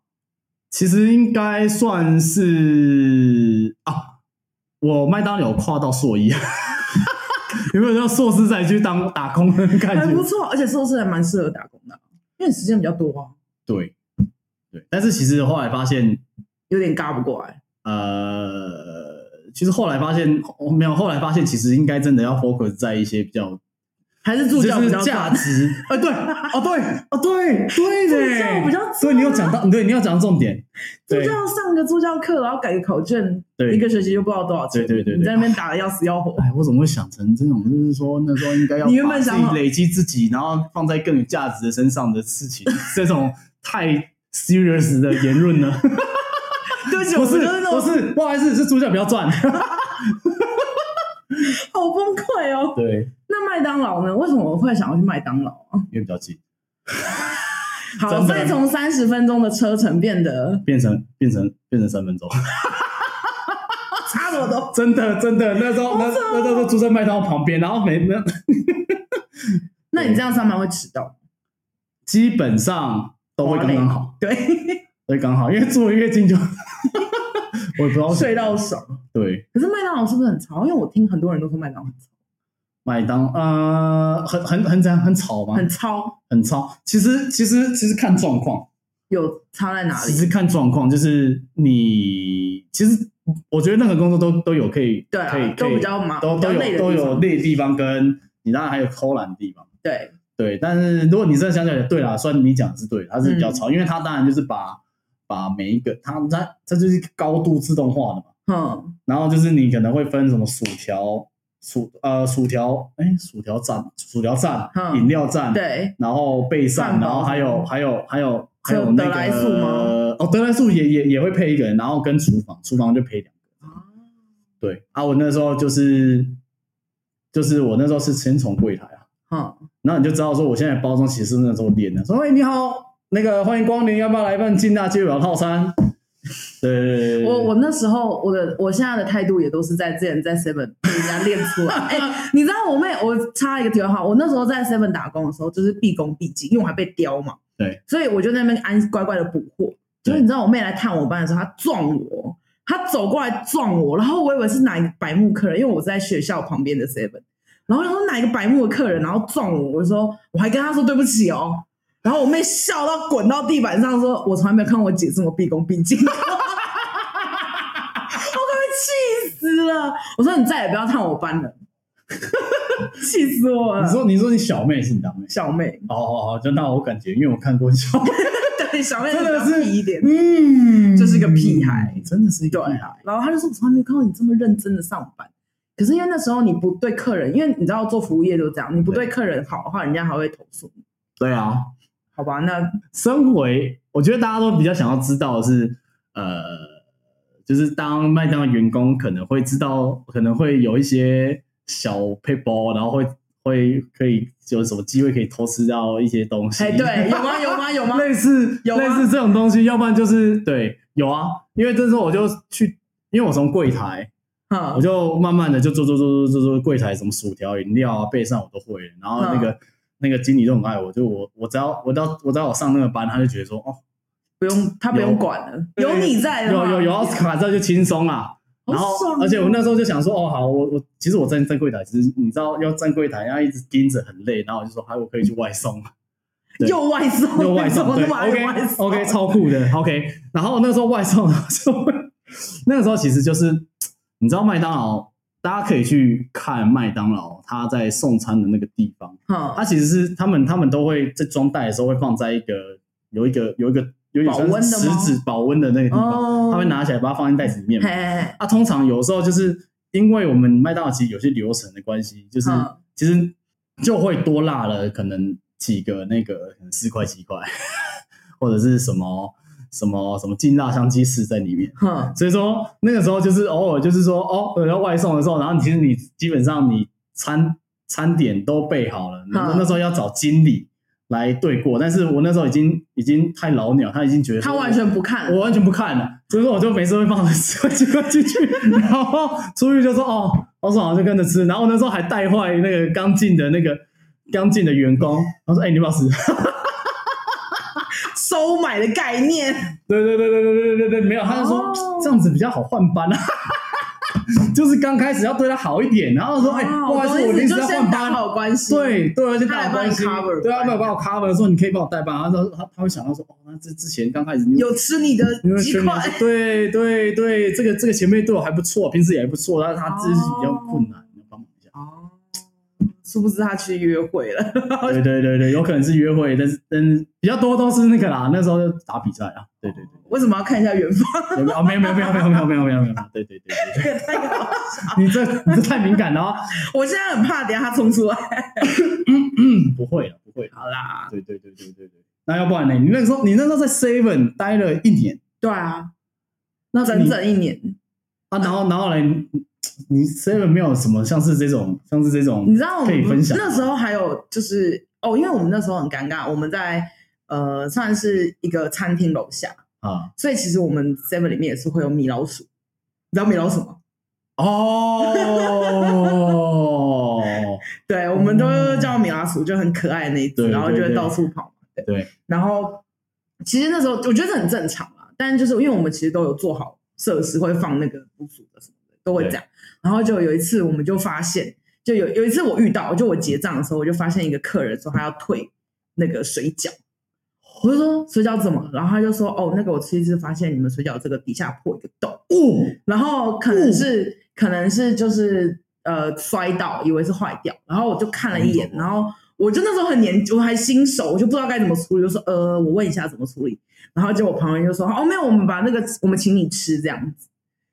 [SPEAKER 5] 其实应该算是啊，我麦当劳有跨到硕一， 有没有叫硕士再去当打工的感
[SPEAKER 4] 还不
[SPEAKER 5] 觉？
[SPEAKER 4] 错，而且硕士还蛮适合打工的，啊因为时间比较多啊，
[SPEAKER 5] 对对，但是其实后来发现，
[SPEAKER 4] 有点嘎不过来。
[SPEAKER 5] 呃，其实后来发现哦没有，后来发现其实应该真的要 focus 在一些比较
[SPEAKER 4] 还是助
[SPEAKER 5] 就
[SPEAKER 4] 教比
[SPEAKER 5] 是
[SPEAKER 4] 较
[SPEAKER 5] 价
[SPEAKER 4] 赚，
[SPEAKER 5] 值 啊、对哦对哦对
[SPEAKER 4] 助
[SPEAKER 5] 对
[SPEAKER 4] 教
[SPEAKER 5] 的，
[SPEAKER 4] 比较赚啊
[SPEAKER 5] 对，你有讲到，对，你有讲到重点，
[SPEAKER 4] 助
[SPEAKER 5] 对
[SPEAKER 4] 教上个助教课，然后改个考卷，
[SPEAKER 5] 对
[SPEAKER 4] 一个学期就不知道多少钱。
[SPEAKER 5] 对对对对
[SPEAKER 4] 你在那边打的要死 要活，
[SPEAKER 5] 哎，我怎么会想成这种？就是说那时候应该要
[SPEAKER 4] 你原本
[SPEAKER 5] 把自己
[SPEAKER 4] 想好
[SPEAKER 5] 累积自己，然后放在更有价值的身上的事情，这种太 serious 的言论 呢？
[SPEAKER 4] 对不起，
[SPEAKER 5] 不
[SPEAKER 4] 我
[SPEAKER 5] 是
[SPEAKER 4] 们就是那
[SPEAKER 5] 不
[SPEAKER 4] 种
[SPEAKER 5] 是，不好意思，是主角比较赚。
[SPEAKER 4] 好崩溃哦。
[SPEAKER 5] 对，
[SPEAKER 4] 那麦当劳呢？为什么我会想要去麦当劳啊？
[SPEAKER 5] 因为比较近，
[SPEAKER 4] 好，
[SPEAKER 5] 真的
[SPEAKER 4] 所以从三十分钟的车程变得
[SPEAKER 5] 变成变成变成三 分钟，
[SPEAKER 4] 差不多。
[SPEAKER 5] 真的真的，那时候那那时候住在麦当劳旁边，然后每那
[SPEAKER 4] 那你这样上班会迟到？
[SPEAKER 5] 基本上都会刚刚好，
[SPEAKER 4] 对，
[SPEAKER 5] 都会刚好，因为住的越近就， 我也不知道
[SPEAKER 4] 睡到爽。
[SPEAKER 5] 对。
[SPEAKER 4] 可是麦当劳是不是很吵？因为我听很多人都说麦当劳很吵
[SPEAKER 5] 麦当呃，很很很怎样？很吵吗？
[SPEAKER 4] 很吵，
[SPEAKER 5] 很超。其实其实其实看状况，
[SPEAKER 4] 有吵在哪
[SPEAKER 5] 其实
[SPEAKER 4] 里？
[SPEAKER 5] 看状况，就是你其实我觉得任何工作都都有可以
[SPEAKER 4] 对啊
[SPEAKER 5] 可以
[SPEAKER 4] 都
[SPEAKER 5] 可以
[SPEAKER 4] 比较忙
[SPEAKER 5] 都都
[SPEAKER 4] 比较累的
[SPEAKER 5] 有都
[SPEAKER 4] 地
[SPEAKER 5] 有
[SPEAKER 4] 方
[SPEAKER 5] 累的地方，跟你当然还有偷懒的地方。
[SPEAKER 4] 对，
[SPEAKER 5] 对，但是如果你真的想起来，对啦，算你讲的是对的，它是比
[SPEAKER 4] 嗯
[SPEAKER 5] 较超，因为它当然就是把把每一个它它它就是一个高度自动化的嘛，
[SPEAKER 4] 嗯，
[SPEAKER 5] 然后就是你可能会分什么薯条。薯呃薯条哎薯条站薯条站
[SPEAKER 4] 嗯
[SPEAKER 5] 饮料站
[SPEAKER 4] 对，
[SPEAKER 5] 然后备上，
[SPEAKER 4] 饭包
[SPEAKER 5] 然后还有还有还有还
[SPEAKER 4] 还有
[SPEAKER 5] 有那
[SPEAKER 4] 德
[SPEAKER 5] 个
[SPEAKER 4] 莱素吗
[SPEAKER 5] 哦，德莱素也也也会配一个人，然后跟厨房，厨房就配两个。
[SPEAKER 4] 啊
[SPEAKER 5] 对啊，我那时候就是就是我那时候是先从柜台啊，
[SPEAKER 4] 嗯，
[SPEAKER 5] 然后你就知道说我现在包装其实那时候练的，说哎你好，那个欢迎光临，要不要来一份劲辣鸡尾酒套餐？ 对对对对，对
[SPEAKER 4] 我我那时候我的我现在的态度也都是在之前在 Seven 被人家练出 来。哎、你知道我妹，我插一个题外话，我那时候在 Seven 打工的时候就是毕恭毕敬，因为我还被刁嘛。
[SPEAKER 5] 对，
[SPEAKER 4] 所以我就在那边安乖乖的补货。结
[SPEAKER 5] 对
[SPEAKER 4] 果你知道我妹来探我班的时候，她撞我，她走过来撞我，然后我以为是哪一个白目客人，因为我在学校旁边的 Seven，然后然后哪一个白目的客人，然后撞我，我就说我还跟她说对不起哦，然后我妹笑到滚到地板上说，我从来没有看过我姐这么毕恭毕敬。 我快被气死了！我说你再也不要探我班了， 气死我了！
[SPEAKER 5] 你说你说你小妹是你当妹？
[SPEAKER 4] 小妹，
[SPEAKER 5] 哦哦哦，就那我感觉，因为我看过小妹，
[SPEAKER 4] 对小妹
[SPEAKER 5] 真的
[SPEAKER 4] 比较
[SPEAKER 5] 是
[SPEAKER 4] 皮一点，
[SPEAKER 5] 嗯
[SPEAKER 4] 就是个屁孩
[SPEAKER 5] 真的是一个
[SPEAKER 4] 对
[SPEAKER 5] 屁孩。，
[SPEAKER 4] 然后他就说：“我从来没有看过你这么认真的上班。”可是因为那时候你不对客人，因为你知道做服务业就这样，你不对客人好的话，人家还会投诉你。
[SPEAKER 5] 对啊，
[SPEAKER 4] 好吧，那
[SPEAKER 5] 身为我觉得大家都比较想要知道的是，呃，就是当麦当劳员工可能会知道，可能会有一些小 p a p e 然后会会可以有什么机会可以偷吃到一些东西。
[SPEAKER 4] 哎，对，有吗？有吗？ 有吗？
[SPEAKER 5] 类似
[SPEAKER 4] 有啊
[SPEAKER 5] 类似这种东西，要不然就是对有啊，因为这时候我就去，因为我从柜台，我
[SPEAKER 4] 嗯，
[SPEAKER 5] 就慢慢的就做做做做做做柜台什么薯条、饮料啊、备上我都会了，然后那个、那个经理都很爱我，就我我只要我到我只要我上那个班，他就觉得说哦，
[SPEAKER 4] 不用，他不
[SPEAKER 5] 有
[SPEAKER 4] 用管了，有你在的
[SPEAKER 5] 有
[SPEAKER 4] 话，
[SPEAKER 5] 有有奥斯卡在就轻松啦。
[SPEAKER 4] 好
[SPEAKER 5] 然后
[SPEAKER 4] 爽哦，
[SPEAKER 5] 而且我那时候就想说，哦，好，我我其实我站站柜台，其实你知道要站柜台，然后一直盯着很累，然后我就说，还我可以去外送。对
[SPEAKER 4] 又外送，
[SPEAKER 5] 又外
[SPEAKER 4] 怎
[SPEAKER 5] 送，
[SPEAKER 4] 么
[SPEAKER 5] 对
[SPEAKER 4] 那么爱外
[SPEAKER 5] ，OK
[SPEAKER 4] 送
[SPEAKER 5] OK，超酷的，OK。然后那时候外送就会，那个时候其实就是嗯你知道麦当劳，大家可以去看麦当劳它在送餐的那个地方，
[SPEAKER 4] 嗯
[SPEAKER 5] 它其实是他们他们都会在装袋的时候会放在一个有一个有一个有点
[SPEAKER 4] 保温
[SPEAKER 5] 像
[SPEAKER 4] 的
[SPEAKER 5] 是
[SPEAKER 4] 吗
[SPEAKER 5] 食指保温的那个地
[SPEAKER 4] 哦
[SPEAKER 5] 方，他会拿起来把它放进袋子里面嘛
[SPEAKER 4] 嘿。嘿，嘿
[SPEAKER 5] 啊，通常有时候就是因为我们麦当劳其实有些流程的关系，就是
[SPEAKER 4] 嗯
[SPEAKER 5] 其实就会多辣了，可能几个那个可能四块七块，或者是什么什么什么劲辣香鸡翅在里面。
[SPEAKER 4] 哼，
[SPEAKER 5] 所以说那个时候就是偶尔就是说哦，然后外送的时候，然后你其实你基本上你餐餐点都备好了，
[SPEAKER 4] 嗯
[SPEAKER 5] 然后那时候要找经理来对过，但是我那时候已经已经太老鸟，他已经觉得
[SPEAKER 4] 他
[SPEAKER 5] 说
[SPEAKER 4] 完全不看
[SPEAKER 5] 我，完全不看了，所以说我就每次会放十 块鸡块进去，然后出去就说哦，好爽，就跟着吃。然后我那时候还带坏那个刚进的那个刚进的员工，他说：“哎、你要不要吃？”
[SPEAKER 4] 收买的概念，
[SPEAKER 5] 对对对对对对对对，没有，他就说、
[SPEAKER 4] 哦
[SPEAKER 5] 这样子比较好换班啊。 就是刚开始要对他好一点，然后说：“哎、
[SPEAKER 4] 哦
[SPEAKER 5] 不好意
[SPEAKER 4] 懂
[SPEAKER 5] 思，我
[SPEAKER 4] 意思
[SPEAKER 5] 临时
[SPEAKER 4] 就
[SPEAKER 5] 要
[SPEAKER 4] 先
[SPEAKER 5] 换
[SPEAKER 4] 打
[SPEAKER 5] 班。”
[SPEAKER 4] 好关系，
[SPEAKER 5] 对对，就
[SPEAKER 4] 他
[SPEAKER 5] 打
[SPEAKER 4] 来
[SPEAKER 5] 好
[SPEAKER 4] 帮你
[SPEAKER 5] 关系
[SPEAKER 4] cover，
[SPEAKER 5] 对，他啊没有帮我 cover 的时候，你可以帮我代班。他说他他会想到说，哦，那之之前刚开始你
[SPEAKER 4] 有吃你的
[SPEAKER 5] 因为
[SPEAKER 4] 鸡
[SPEAKER 5] 全
[SPEAKER 4] 块
[SPEAKER 5] 年，对对对，这个这个前辈对我还不错，平时也还不错，但是他自己比较困难，你帮忙一下。
[SPEAKER 4] 哦，殊不知他去约会了，
[SPEAKER 5] 对对对对，有可能是约会，但是但是比较多都是那个啦，那时候就打比赛啊。对对对
[SPEAKER 4] 为什么要看一下远方？
[SPEAKER 5] 对，对啊没有没有没有没有没有没有没有没有，对对对对
[SPEAKER 4] 这个太好了
[SPEAKER 5] 对，你这你这太敏感了啊，
[SPEAKER 4] 我现在很怕，等一下他冲出来。
[SPEAKER 5] 嗯不会了不会了，
[SPEAKER 4] 好啦，
[SPEAKER 5] 对对对对对对。那要不然呢？你那个时候你那时候在 Seven 待了一年，
[SPEAKER 4] 对啊，
[SPEAKER 5] 那
[SPEAKER 4] 整
[SPEAKER 5] 你
[SPEAKER 4] 整一年。
[SPEAKER 5] 啊，然后然后来你你 Seven 没有什么像是这种像是这种，
[SPEAKER 4] 你知道我
[SPEAKER 5] 可
[SPEAKER 4] 们
[SPEAKER 5] 以分享
[SPEAKER 4] 那时候还有就是哦，因为我们那时候很尴尬，我们在呃算是一个餐厅楼下，
[SPEAKER 5] 啊。
[SPEAKER 4] 所以其实我们 seven 里面也是会有米老鼠，你知道米老鼠吗？
[SPEAKER 5] 哦，
[SPEAKER 4] 对，我们都叫米老鼠，就很可爱的那一只，
[SPEAKER 5] 对
[SPEAKER 4] 然后就
[SPEAKER 5] 对
[SPEAKER 4] 会
[SPEAKER 5] 对
[SPEAKER 4] 到处跑。对
[SPEAKER 5] 对，
[SPEAKER 4] 然后其实那时候我觉得很正常啦，但就是因为我们其实都有做好设施，会放那个捕鼠的什么的，都会这样。然后就有一次我们就发现，就有有一次我遇到，就我结账的时候，我就发现一个客人说他要退那个水饺，我就说水饺怎么了？然后他就说哦，那个我吃一次发现你们水饺这个底下破一个洞，
[SPEAKER 5] 哦，
[SPEAKER 4] 然后可能是、可能是就是呃摔倒，以为是坏掉，然后我就看了一眼，
[SPEAKER 5] 嗯
[SPEAKER 4] 然后我就那时候很年，我还新手，我就不知道该怎么处理，就说呃，我问一下怎么处理，然后结果旁边就说哦没有，我们把那个我们请你吃这样子。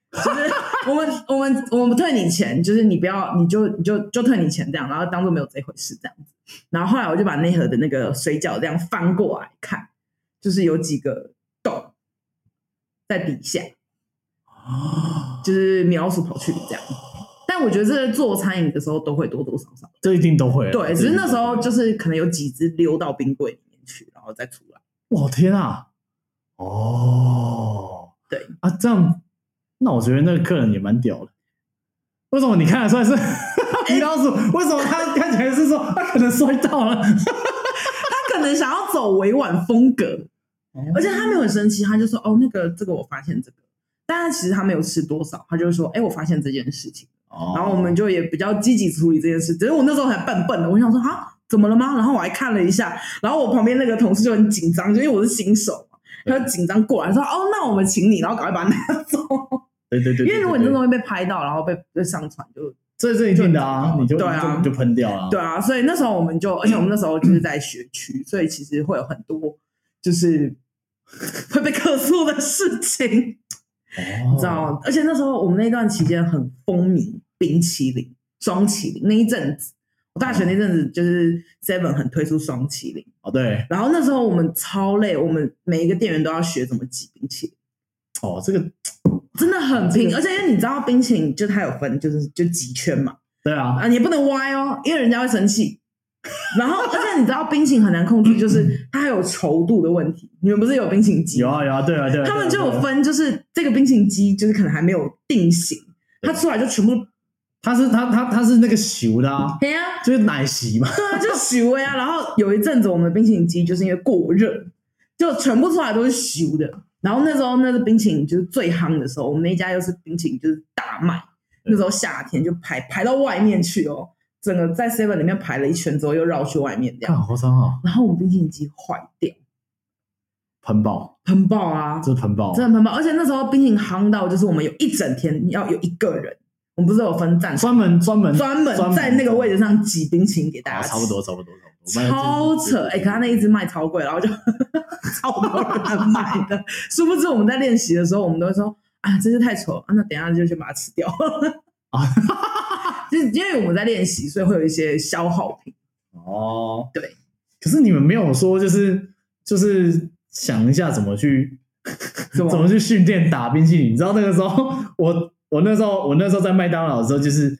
[SPEAKER 4] 就是 我们我们我们退你钱，就是你不要，你就你就就退你钱这样，然后当做没有这回事这样子。然后后来我就把内盒的那个水饺这样翻过来看，就是有几个洞在底下，就是米老鼠跑去这样。但我觉得这个做餐饮的时候都会多多少少，
[SPEAKER 5] 这一定都会啊。
[SPEAKER 4] 对，
[SPEAKER 5] 这
[SPEAKER 4] 只
[SPEAKER 5] 一
[SPEAKER 4] 是
[SPEAKER 5] 定
[SPEAKER 4] 那时候
[SPEAKER 5] 都会
[SPEAKER 4] 就是可能有几只溜到冰柜里面去，然后再出来。
[SPEAKER 5] 哇天啊，哦，
[SPEAKER 4] 对
[SPEAKER 5] 啊，这样，那我觉得那个客人也蛮屌的。为什么你看得出来是 米老鼠？为什么他看起来是说他可能摔到了？
[SPEAKER 4] 他可能想要走委婉风格，而且他没有很生气，他就说：“哦，那个这个我发现这个。”但是其实他没有吃多少，他就说：“哎，我发现这件事情。”
[SPEAKER 5] 哦，
[SPEAKER 4] 然后我们就也比较积极处理这件事。只是我那时候还笨笨的，我想说啊，怎么了吗？然后我还看了一下，然后我旁边那个同事就很紧张，就因为我是新手嘛，他
[SPEAKER 5] 对
[SPEAKER 4] 就紧张过来说：“哦，那我们请你，然后赶快把它拿走。
[SPEAKER 5] 对对”对，
[SPEAKER 4] 因为如果你这
[SPEAKER 5] 这
[SPEAKER 4] 东西被拍到，然后被被上传，就
[SPEAKER 5] 这这一定的啊，你就
[SPEAKER 4] 对
[SPEAKER 5] 你
[SPEAKER 4] 啊
[SPEAKER 5] 就你就喷掉哦了。
[SPEAKER 4] 对啊。所以那时候我们就，而且我们那时候就是在学区，所以其实会有很多就是 会被客诉的事情。
[SPEAKER 5] 哦，
[SPEAKER 4] 你知道，而且那时候我们那段期间很风靡冰淇淋、双淇淋那一阵子。我大学那阵子就是 Seven 很推出双淇淋，
[SPEAKER 5] 哦对，
[SPEAKER 4] 然后那时候我们超累，我们每一个店员都要学怎么挤冰淇淋。
[SPEAKER 5] 哦这个
[SPEAKER 4] 真的很拼，而且因为你知道冰淇淋就它有分，就是就几圈嘛，
[SPEAKER 5] 对啊，
[SPEAKER 4] 啊，你也不能歪哦，因为人家会生气。然后，而且你知道冰淇淋很难控制，就是它还有稠度的问题。你们不是有冰淇淋机？
[SPEAKER 5] 有啊有啊，对啊对啊，
[SPEAKER 4] 他们就有
[SPEAKER 5] 分。
[SPEAKER 4] 分，就是这个冰淇淋机就是可能还没有定型，它出来就全部都
[SPEAKER 5] 他是他他他是那个熟的啊，
[SPEAKER 4] 哎呀，
[SPEAKER 5] 就是奶昔嘛。
[SPEAKER 4] 对啊，就熟的呀。然后有一阵子我们的冰淇淋机就是因为过热，就全部出来都是熟的。然后那时候那是冰淇淋就是最夯的时候，我们那一家又是冰淇淋就是大卖，
[SPEAKER 5] 对
[SPEAKER 4] 那时候夏天就排排到外面去哦，整个在 Seven 里面排了一圈之后又绕去外面这
[SPEAKER 5] 看
[SPEAKER 4] 样。
[SPEAKER 5] 好脏啊，
[SPEAKER 4] 然后我们冰淇淋机坏掉，
[SPEAKER 5] 喷爆，
[SPEAKER 4] 喷爆啊！
[SPEAKER 5] 这是喷爆，
[SPEAKER 4] 真的喷爆，而且那时候冰淇淋夯到，就是我们有一整天要有一个人，我们不是有分站，
[SPEAKER 5] 专门专门
[SPEAKER 4] 专门在那个位置上挤冰淇淋给大
[SPEAKER 5] 啊，
[SPEAKER 4] 家，
[SPEAKER 5] 差不多，差不多差不多。
[SPEAKER 4] 超扯！哎、可他那一只卖超贵，然后就 超多人买的，殊不知我们在练习的时候，我们都会说啊，这只太丑了、啊，那等一下就先把它吃掉。
[SPEAKER 5] 啊，
[SPEAKER 4] 就是因为我们在练习，所以会有一些消耗品。
[SPEAKER 5] 哦，
[SPEAKER 4] 对。
[SPEAKER 5] 可是你们没有说，就是就是想一下怎么去
[SPEAKER 4] 怎么
[SPEAKER 5] 怎么去训练打冰淇淋。你知道那个时候， 我我那时候我那时候在麦当劳的时候，就是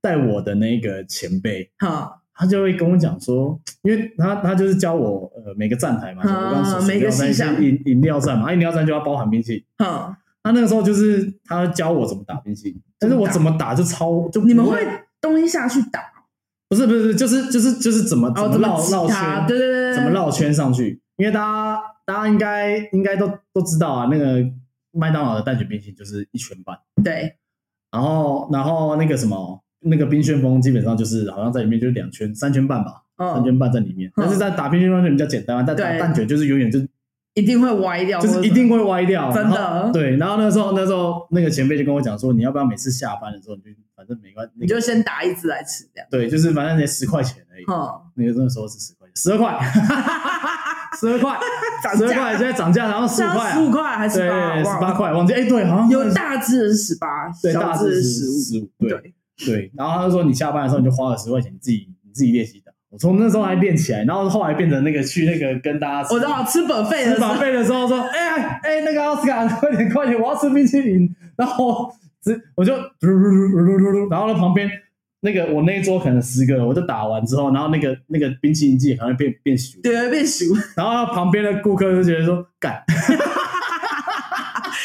[SPEAKER 5] 带我的那个前辈，
[SPEAKER 4] 哈，
[SPEAKER 5] 他就会跟我讲说，因为他他就是教我呃每个站台嘛，
[SPEAKER 4] 嗯
[SPEAKER 5] 我刚刚所说
[SPEAKER 4] 每个细项
[SPEAKER 5] 那些饮饮料站嘛，啊饮料站就要包含冰淇淋。
[SPEAKER 4] 哈，
[SPEAKER 5] 他那个时候就是他教我怎么打冰淇淋，但是我怎么打就超就不
[SPEAKER 4] 你们会东西下去打，
[SPEAKER 5] 不是不是不是就是就是就是怎么怎
[SPEAKER 4] 哦，
[SPEAKER 5] 么
[SPEAKER 4] 怎么
[SPEAKER 5] 绕绕
[SPEAKER 4] 挤它
[SPEAKER 5] 圈，
[SPEAKER 4] 对对对对，
[SPEAKER 5] 怎么绕圈上去？因为大家大家应该应该都都知道啊，那个麦当劳的蛋卷冰淇淋就是一圈半，
[SPEAKER 4] 对，
[SPEAKER 5] 然后然后那个什么那个冰旋风基本上就是好像在里面就是两圈三圈半吧，三
[SPEAKER 4] 嗯，
[SPEAKER 5] 圈半在里面，但是在打乒乓球就比较简单嘛，但打
[SPEAKER 4] 对
[SPEAKER 5] 蛋卷就是永远就
[SPEAKER 4] 一定会歪掉，
[SPEAKER 5] 就是一定会歪掉，啊
[SPEAKER 4] 真的
[SPEAKER 5] 然后对，然后那时候那时候那个前辈就跟我讲说，你要不要每次下班的时候你就反正没关系，
[SPEAKER 4] 你就先打一只来吃这样。
[SPEAKER 5] 对，就是反正也十块钱而已，
[SPEAKER 4] 嗯，
[SPEAKER 5] 那个那时候是十块钱，十 二块，十二块，
[SPEAKER 4] 涨
[SPEAKER 5] 十二
[SPEAKER 4] 价
[SPEAKER 5] 块现在涨价，然后十五块
[SPEAKER 4] 十
[SPEAKER 5] 啊，
[SPEAKER 4] 五块还是
[SPEAKER 5] 对，
[SPEAKER 4] 十八？
[SPEAKER 5] 十八
[SPEAKER 4] 哇，
[SPEAKER 5] 块，忘记哎，对，好像
[SPEAKER 4] 有大致是十八，
[SPEAKER 5] 对
[SPEAKER 4] 小
[SPEAKER 5] 大
[SPEAKER 4] 致
[SPEAKER 5] 致
[SPEAKER 4] 十五。
[SPEAKER 5] 十五，对
[SPEAKER 4] 对，
[SPEAKER 5] 对，然后他就说你下班的时候你就花了十块钱，你自己你自己练习打。我从那时候还练起来，然后后来变成那个去那个跟大家吃
[SPEAKER 4] 我知道吃本费的
[SPEAKER 5] 吃
[SPEAKER 4] 时候
[SPEAKER 5] 把，费的时候说：“哎、哎、哎那个奥斯卡，快点快点，我要吃冰淇淋。”然后只我就噜噜噜噜噜噜，然后呢旁边那个我那一桌可能十个人，我就打完之后，然后那个那个冰淇淋机也可能变变熟，
[SPEAKER 4] 对，会变熟，因
[SPEAKER 5] 然后旁边的顾客就觉得说：“干，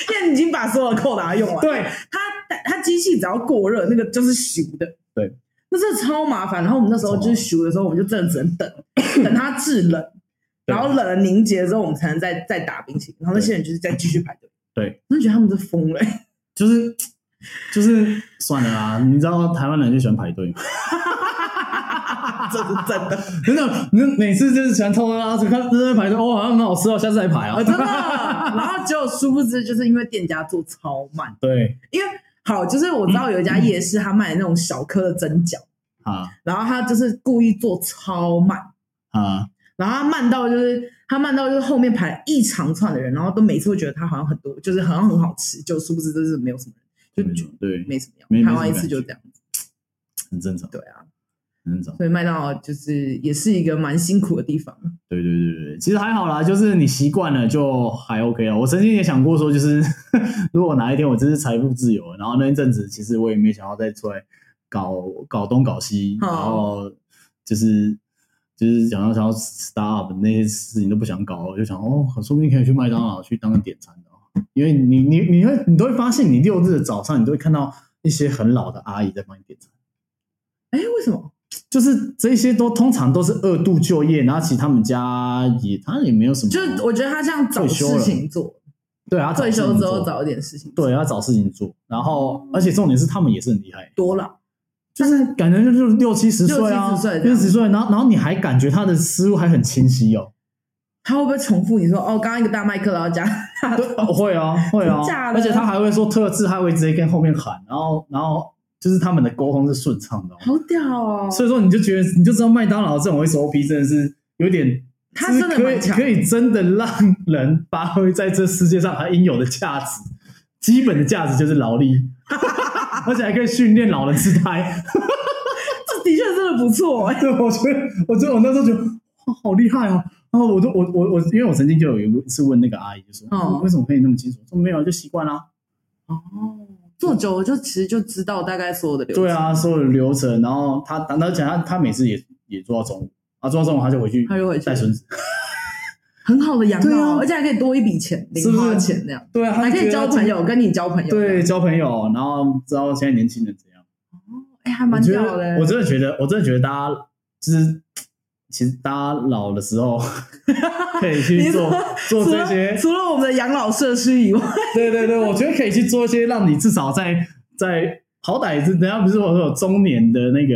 [SPEAKER 4] 为你已经把所有的扣打用完。，
[SPEAKER 5] 对
[SPEAKER 4] 它它机器只要过热，那个就是熟的。
[SPEAKER 5] 对，
[SPEAKER 4] 那是超麻烦。然后我们那时候就是熟的时候，我们就真的只能 等，等它制冷，
[SPEAKER 5] 对
[SPEAKER 4] 然后冷了凝结之后，我们才能再再打冰淇淋。然后那些人就是再继续排队。
[SPEAKER 5] 对，
[SPEAKER 4] 我就觉得他们是疯了、
[SPEAKER 5] 就是就是算了啦，你知道台湾人就喜欢排队吗？
[SPEAKER 4] 这是真的。
[SPEAKER 5] 真的，你每次就是喜欢偷偷拉出看，真的排队，哦，好像很好吃哦，下次再排啊
[SPEAKER 4] 啊，。真的。然后结果殊不知，就是因为店家做超慢，
[SPEAKER 5] 对
[SPEAKER 4] 因为好就是我知道有一家夜市，他卖那种小颗的蒸饺，
[SPEAKER 5] 啊
[SPEAKER 4] 然后他就是故意做超慢，
[SPEAKER 5] 啊，
[SPEAKER 4] 然后他慢到就是他慢到就是后面排了一长串的人，然后都每次会觉得他好像很多，就是好像很好吃，就殊不知就是没有什么人，就就
[SPEAKER 5] 对，
[SPEAKER 4] 没什么
[SPEAKER 5] 没
[SPEAKER 4] 样，
[SPEAKER 5] 没
[SPEAKER 4] 排完
[SPEAKER 5] 什
[SPEAKER 4] 一
[SPEAKER 5] 么
[SPEAKER 4] 次就
[SPEAKER 5] 感
[SPEAKER 4] 这
[SPEAKER 5] 觉
[SPEAKER 4] 样子。
[SPEAKER 5] 很正常，
[SPEAKER 4] 对啊，
[SPEAKER 5] 很正常。
[SPEAKER 4] 所以麦当劳就是也是一个蛮辛苦的地方。
[SPEAKER 5] 对对对对对，其实还好啦，就是你习惯了就还 OK 了。我曾经也想过说，就是 如果哪一天我真是财富自由了，然后那一阵子其实我也没想要再出来搞搞东搞西，
[SPEAKER 4] 哦
[SPEAKER 5] 然后就是就是想要想要 start up 那些事情都不想搞，我就想哦，说不定可以去麦当劳去当个点餐的哦，因为你你你会你都会发现，你六日的早上你都会看到一些很老的阿姨在帮你点餐。
[SPEAKER 4] 哎，为什么？
[SPEAKER 5] 就是这些都通常都是二度就业，然后其实他们家也他也没有什么，
[SPEAKER 4] 就我觉得他这样找
[SPEAKER 5] 退休
[SPEAKER 4] 事
[SPEAKER 5] 了
[SPEAKER 4] 情做，
[SPEAKER 5] 对啊，他找
[SPEAKER 4] 退
[SPEAKER 5] 事
[SPEAKER 4] 休
[SPEAKER 5] 情
[SPEAKER 4] 之后
[SPEAKER 5] 做
[SPEAKER 4] 找一点事情做，
[SPEAKER 5] 对，要找事情做，然后而且重点是他们也是很厉害，
[SPEAKER 4] 多了。
[SPEAKER 5] 就是感觉就是六七十岁啊，
[SPEAKER 4] 六七十岁这
[SPEAKER 5] 六
[SPEAKER 4] 样
[SPEAKER 5] 七十岁，然后然后你还感觉他的思路还很清晰哦，
[SPEAKER 4] 他会不会重复你说哦，刚刚一个大麦克，然后 加
[SPEAKER 5] 对，会啊会啊
[SPEAKER 4] 真假，的
[SPEAKER 5] 而且他还会说特质，他会直接跟后面喊，然后然后就是他们的沟通是顺畅的、哦，
[SPEAKER 4] 好屌哦！
[SPEAKER 5] 所以说你就觉得你就知道麦当劳这种 SOP 真的是有点，
[SPEAKER 4] 它真的
[SPEAKER 5] 就是可以
[SPEAKER 4] 蛮强
[SPEAKER 5] 可以真的让人发挥在这世界上它应有的价值，基本的价值就是 劳力，而且还可以训练老人痴呆。
[SPEAKER 4] 这的确真的不错哎、
[SPEAKER 5] 对，我觉得，我觉得我那时候觉得哇，好厉害哦。然后我都我我我，因为我曾经就有一次问那个阿姨，就说、
[SPEAKER 4] 哦
[SPEAKER 5] 你为什么可以那么清楚？说没有，就习惯啦。
[SPEAKER 4] 哦，做久了就其实就知道大概所有的流程。
[SPEAKER 5] 对啊，，所有的流程，然后他，然后讲他，他每次也也做到中午，啊，做到中午他就回去，
[SPEAKER 4] 他就回去
[SPEAKER 5] 带孙子，
[SPEAKER 4] 很好的养
[SPEAKER 5] 对
[SPEAKER 4] 老，
[SPEAKER 5] 啊
[SPEAKER 4] 而且还可以多一笔钱，
[SPEAKER 5] 是
[SPEAKER 4] 零
[SPEAKER 5] 不是
[SPEAKER 4] 花钱那样，
[SPEAKER 5] 对啊，他
[SPEAKER 4] 还可
[SPEAKER 5] 觉
[SPEAKER 4] 以
[SPEAKER 5] 得
[SPEAKER 4] 交朋友，跟你交朋友。
[SPEAKER 5] 对，交朋友，然后知道现在年轻人怎样，
[SPEAKER 4] 哎，还
[SPEAKER 5] 我
[SPEAKER 4] 蛮
[SPEAKER 5] 觉
[SPEAKER 4] 屌的
[SPEAKER 5] 得，
[SPEAKER 4] 欸。
[SPEAKER 5] 我真的觉得，我真的觉得大家就是，其实大家老的 时候可以
[SPEAKER 4] 你
[SPEAKER 5] 去
[SPEAKER 4] 说
[SPEAKER 5] 做做这些，
[SPEAKER 4] 除了除了我们的养老社区 以外，
[SPEAKER 5] 对对对，我觉得可以去做一些让你至少在在好歹是人家不是我说有中年的那个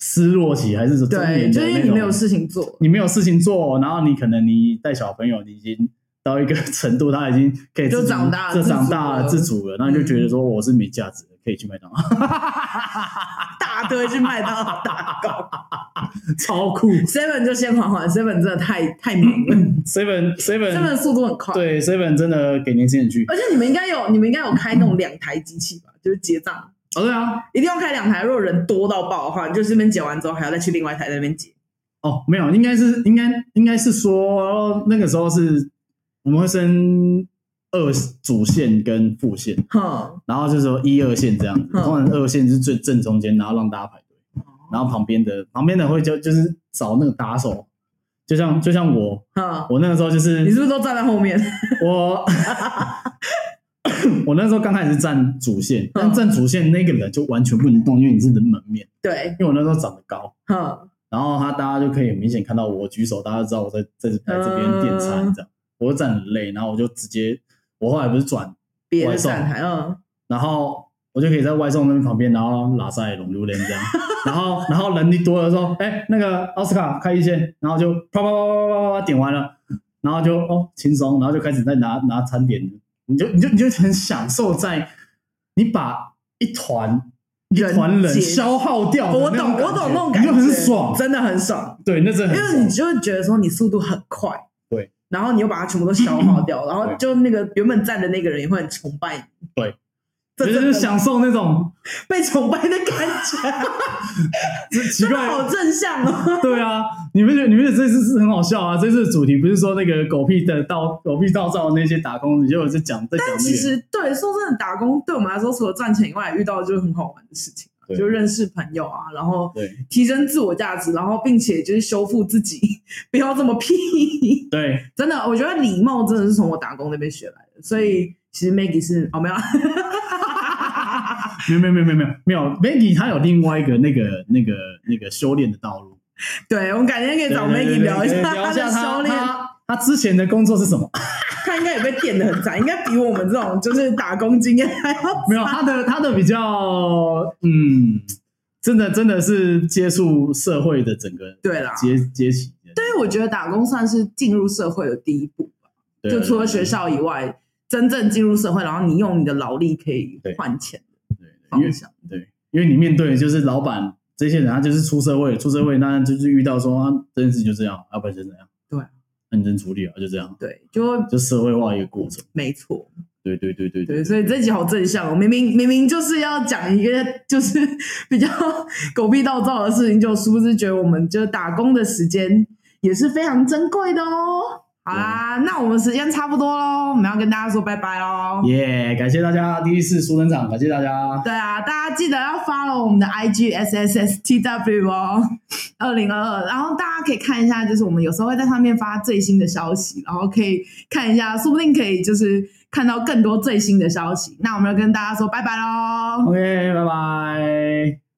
[SPEAKER 5] 失落期，还是中
[SPEAKER 4] 对，
[SPEAKER 5] 年
[SPEAKER 4] 就
[SPEAKER 5] 的
[SPEAKER 4] 是因
[SPEAKER 5] 那
[SPEAKER 4] 为你
[SPEAKER 5] 种
[SPEAKER 4] 没有事情做，
[SPEAKER 5] 你没有事情做，然后你可能你带小朋友，你已经到一个 程度，他已经可以自
[SPEAKER 4] 就
[SPEAKER 5] 主
[SPEAKER 4] 长大
[SPEAKER 5] 这
[SPEAKER 4] 自主
[SPEAKER 5] 长大了
[SPEAKER 4] 了嗯
[SPEAKER 5] 自主了，然后你就觉得说我是没价值的，可以去麦当劳，
[SPEAKER 4] 大堆去麦当劳 打工。
[SPEAKER 5] 超酷。
[SPEAKER 4] Seven 就先缓缓，Seven 真的太太忙了
[SPEAKER 5] seven
[SPEAKER 4] ，Seven
[SPEAKER 5] seven
[SPEAKER 4] 速度很快。，
[SPEAKER 5] 嗯对 seven 真的给年轻人去
[SPEAKER 4] 而且你们应该有，你们应该有开那种两台机器吧，就是结账，
[SPEAKER 5] 哦，对啊，
[SPEAKER 4] 一定要开两台。如果人多到爆的话，你就这边结完之后，还要再去另外一台那边结。
[SPEAKER 5] 哦，没有，应该是应该应该是说那个时候是我们会分二主线跟副线，
[SPEAKER 4] 哼，
[SPEAKER 5] 然后就是说一二线这样子，
[SPEAKER 4] 嗯哦
[SPEAKER 5] 通常二线是最正中间，然后让大家排队，然后旁边的旁边的会就就是找那个打手，就像就像我
[SPEAKER 4] 哼，
[SPEAKER 5] 我那个时候就
[SPEAKER 4] 你
[SPEAKER 5] 是
[SPEAKER 4] 是不是都站在后面？
[SPEAKER 5] 我我那时候刚开始站主线，但
[SPEAKER 4] 嗯
[SPEAKER 5] 站主线那个人就完全不能动，因为你是人门面，
[SPEAKER 4] 对，
[SPEAKER 5] 因为我那时候长得高。
[SPEAKER 4] 哼，
[SPEAKER 5] 然后他大家就可以明显看到我举手，大家就知道我在在在这边点餐这样，我就站很累，然后我就直接我后来不是转，
[SPEAKER 4] 别
[SPEAKER 5] 外
[SPEAKER 4] 的
[SPEAKER 5] 送
[SPEAKER 4] 站台，嗯，
[SPEAKER 5] 然后我就可以在外送那边旁边，然后拉塞龙榴莲这样，然后然后人一多的时候，哎，那个奥斯卡开一间，然后就啪啪啪啪啪啪啪点完了，然后就哦轻松，然后就开始在拿拿餐点，你就你就你就很享受在你把一团。一
[SPEAKER 4] 人
[SPEAKER 5] 团人
[SPEAKER 4] 解
[SPEAKER 5] 消耗掉的
[SPEAKER 4] 我
[SPEAKER 5] 哦那
[SPEAKER 4] 懂，我懂那种感
[SPEAKER 5] 你
[SPEAKER 4] 觉，
[SPEAKER 5] 就很爽。
[SPEAKER 4] 真的很爽，
[SPEAKER 5] 对，那真的
[SPEAKER 4] 因
[SPEAKER 5] 很爽
[SPEAKER 4] 为你就会觉得说你速度很快，
[SPEAKER 5] 对，
[SPEAKER 4] 然后你又把它全部都消耗 掉，然后
[SPEAKER 5] 对
[SPEAKER 4] 就那个原本站的那个人也会很崇拜你，
[SPEAKER 5] 对，
[SPEAKER 4] 这
[SPEAKER 5] 就
[SPEAKER 4] 真
[SPEAKER 5] 是
[SPEAKER 4] 的
[SPEAKER 5] 享受那种
[SPEAKER 4] 被崇拜的感 觉，
[SPEAKER 5] 这奇
[SPEAKER 4] 真的
[SPEAKER 5] 怪。
[SPEAKER 4] 好正向哦。
[SPEAKER 5] 啊对啊，你们觉得你们觉得这次是很好笑啊？这次的主题不是说那个狗屁的到狗屁到照那些打工，结果是讲在讲
[SPEAKER 4] 但其
[SPEAKER 5] 那
[SPEAKER 4] 实对，说真的，打工对我们来说，除了赚钱以外，遇到就是很好玩的事情啊，
[SPEAKER 5] 对
[SPEAKER 4] 就认识朋友啊，然后
[SPEAKER 5] 对
[SPEAKER 4] 提升自我价值，然后并且就是修复自己， 不要这么屁。
[SPEAKER 5] 个对
[SPEAKER 4] 真的，我觉得礼貌真的是从我打工那边学来的，所
[SPEAKER 5] 嗯
[SPEAKER 4] 以其实 Maggie 是哦没有啦，
[SPEAKER 5] 没有没有没有没有没有没有 Maggie 她有另外一个那个那个那个修炼的道路，
[SPEAKER 4] 对我们改天可以找 Maggie 聊一
[SPEAKER 5] 对
[SPEAKER 4] 下
[SPEAKER 5] 对对对聊
[SPEAKER 4] 她
[SPEAKER 5] 一下
[SPEAKER 4] 的
[SPEAKER 5] 她
[SPEAKER 4] 修炼，
[SPEAKER 5] 她她之前的工作是什 么？
[SPEAKER 4] 她应该也被电的很惨，应该比我们这种就是打工经验还要
[SPEAKER 5] 没有她的她的比较嗯，真的真的是接触社会的整个
[SPEAKER 4] 对啦。
[SPEAKER 5] 阶阶级的，
[SPEAKER 4] 所以我觉得打工算是进入社会的第一步。
[SPEAKER 5] 对啊
[SPEAKER 4] 就除了
[SPEAKER 5] 对啊
[SPEAKER 4] 学校以外，真正进入社会，然后你用你的劳力可以换钱的
[SPEAKER 5] 对对，因为
[SPEAKER 4] 方向。
[SPEAKER 5] 对，因为你面对的就是老板这些人，他就是出社会了，出社会那就是遇到说啊，这件事情就这样，要、不然就这样，
[SPEAKER 4] 对啊，
[SPEAKER 5] 认真处理啊，就这样，
[SPEAKER 4] 对，就会
[SPEAKER 5] 就社会化一个过程。
[SPEAKER 4] 没错。
[SPEAKER 5] 对对对对
[SPEAKER 4] 对，所以这集好正向哦。明明明明就是要讲一个 就是比较狗屁倒灶的事情，就殊不知觉得我们就打工的时间也是非常珍贵的哦。好啦，那我们时间差不多喽，我们要跟大家说拜拜喽。
[SPEAKER 5] 耶感谢大家第一次苏登场，感谢大家，
[SPEAKER 4] 对啊，大家记得要 follow 我们的 IG S S S T W 哦，二零二二。然后大家可以看一下，就是我们有时候会在上面发最新的消息，然后可以看一下，说不定可以就是看到更多最新的消息。那我们要跟大家说拜拜喽。
[SPEAKER 5] OK，拜拜。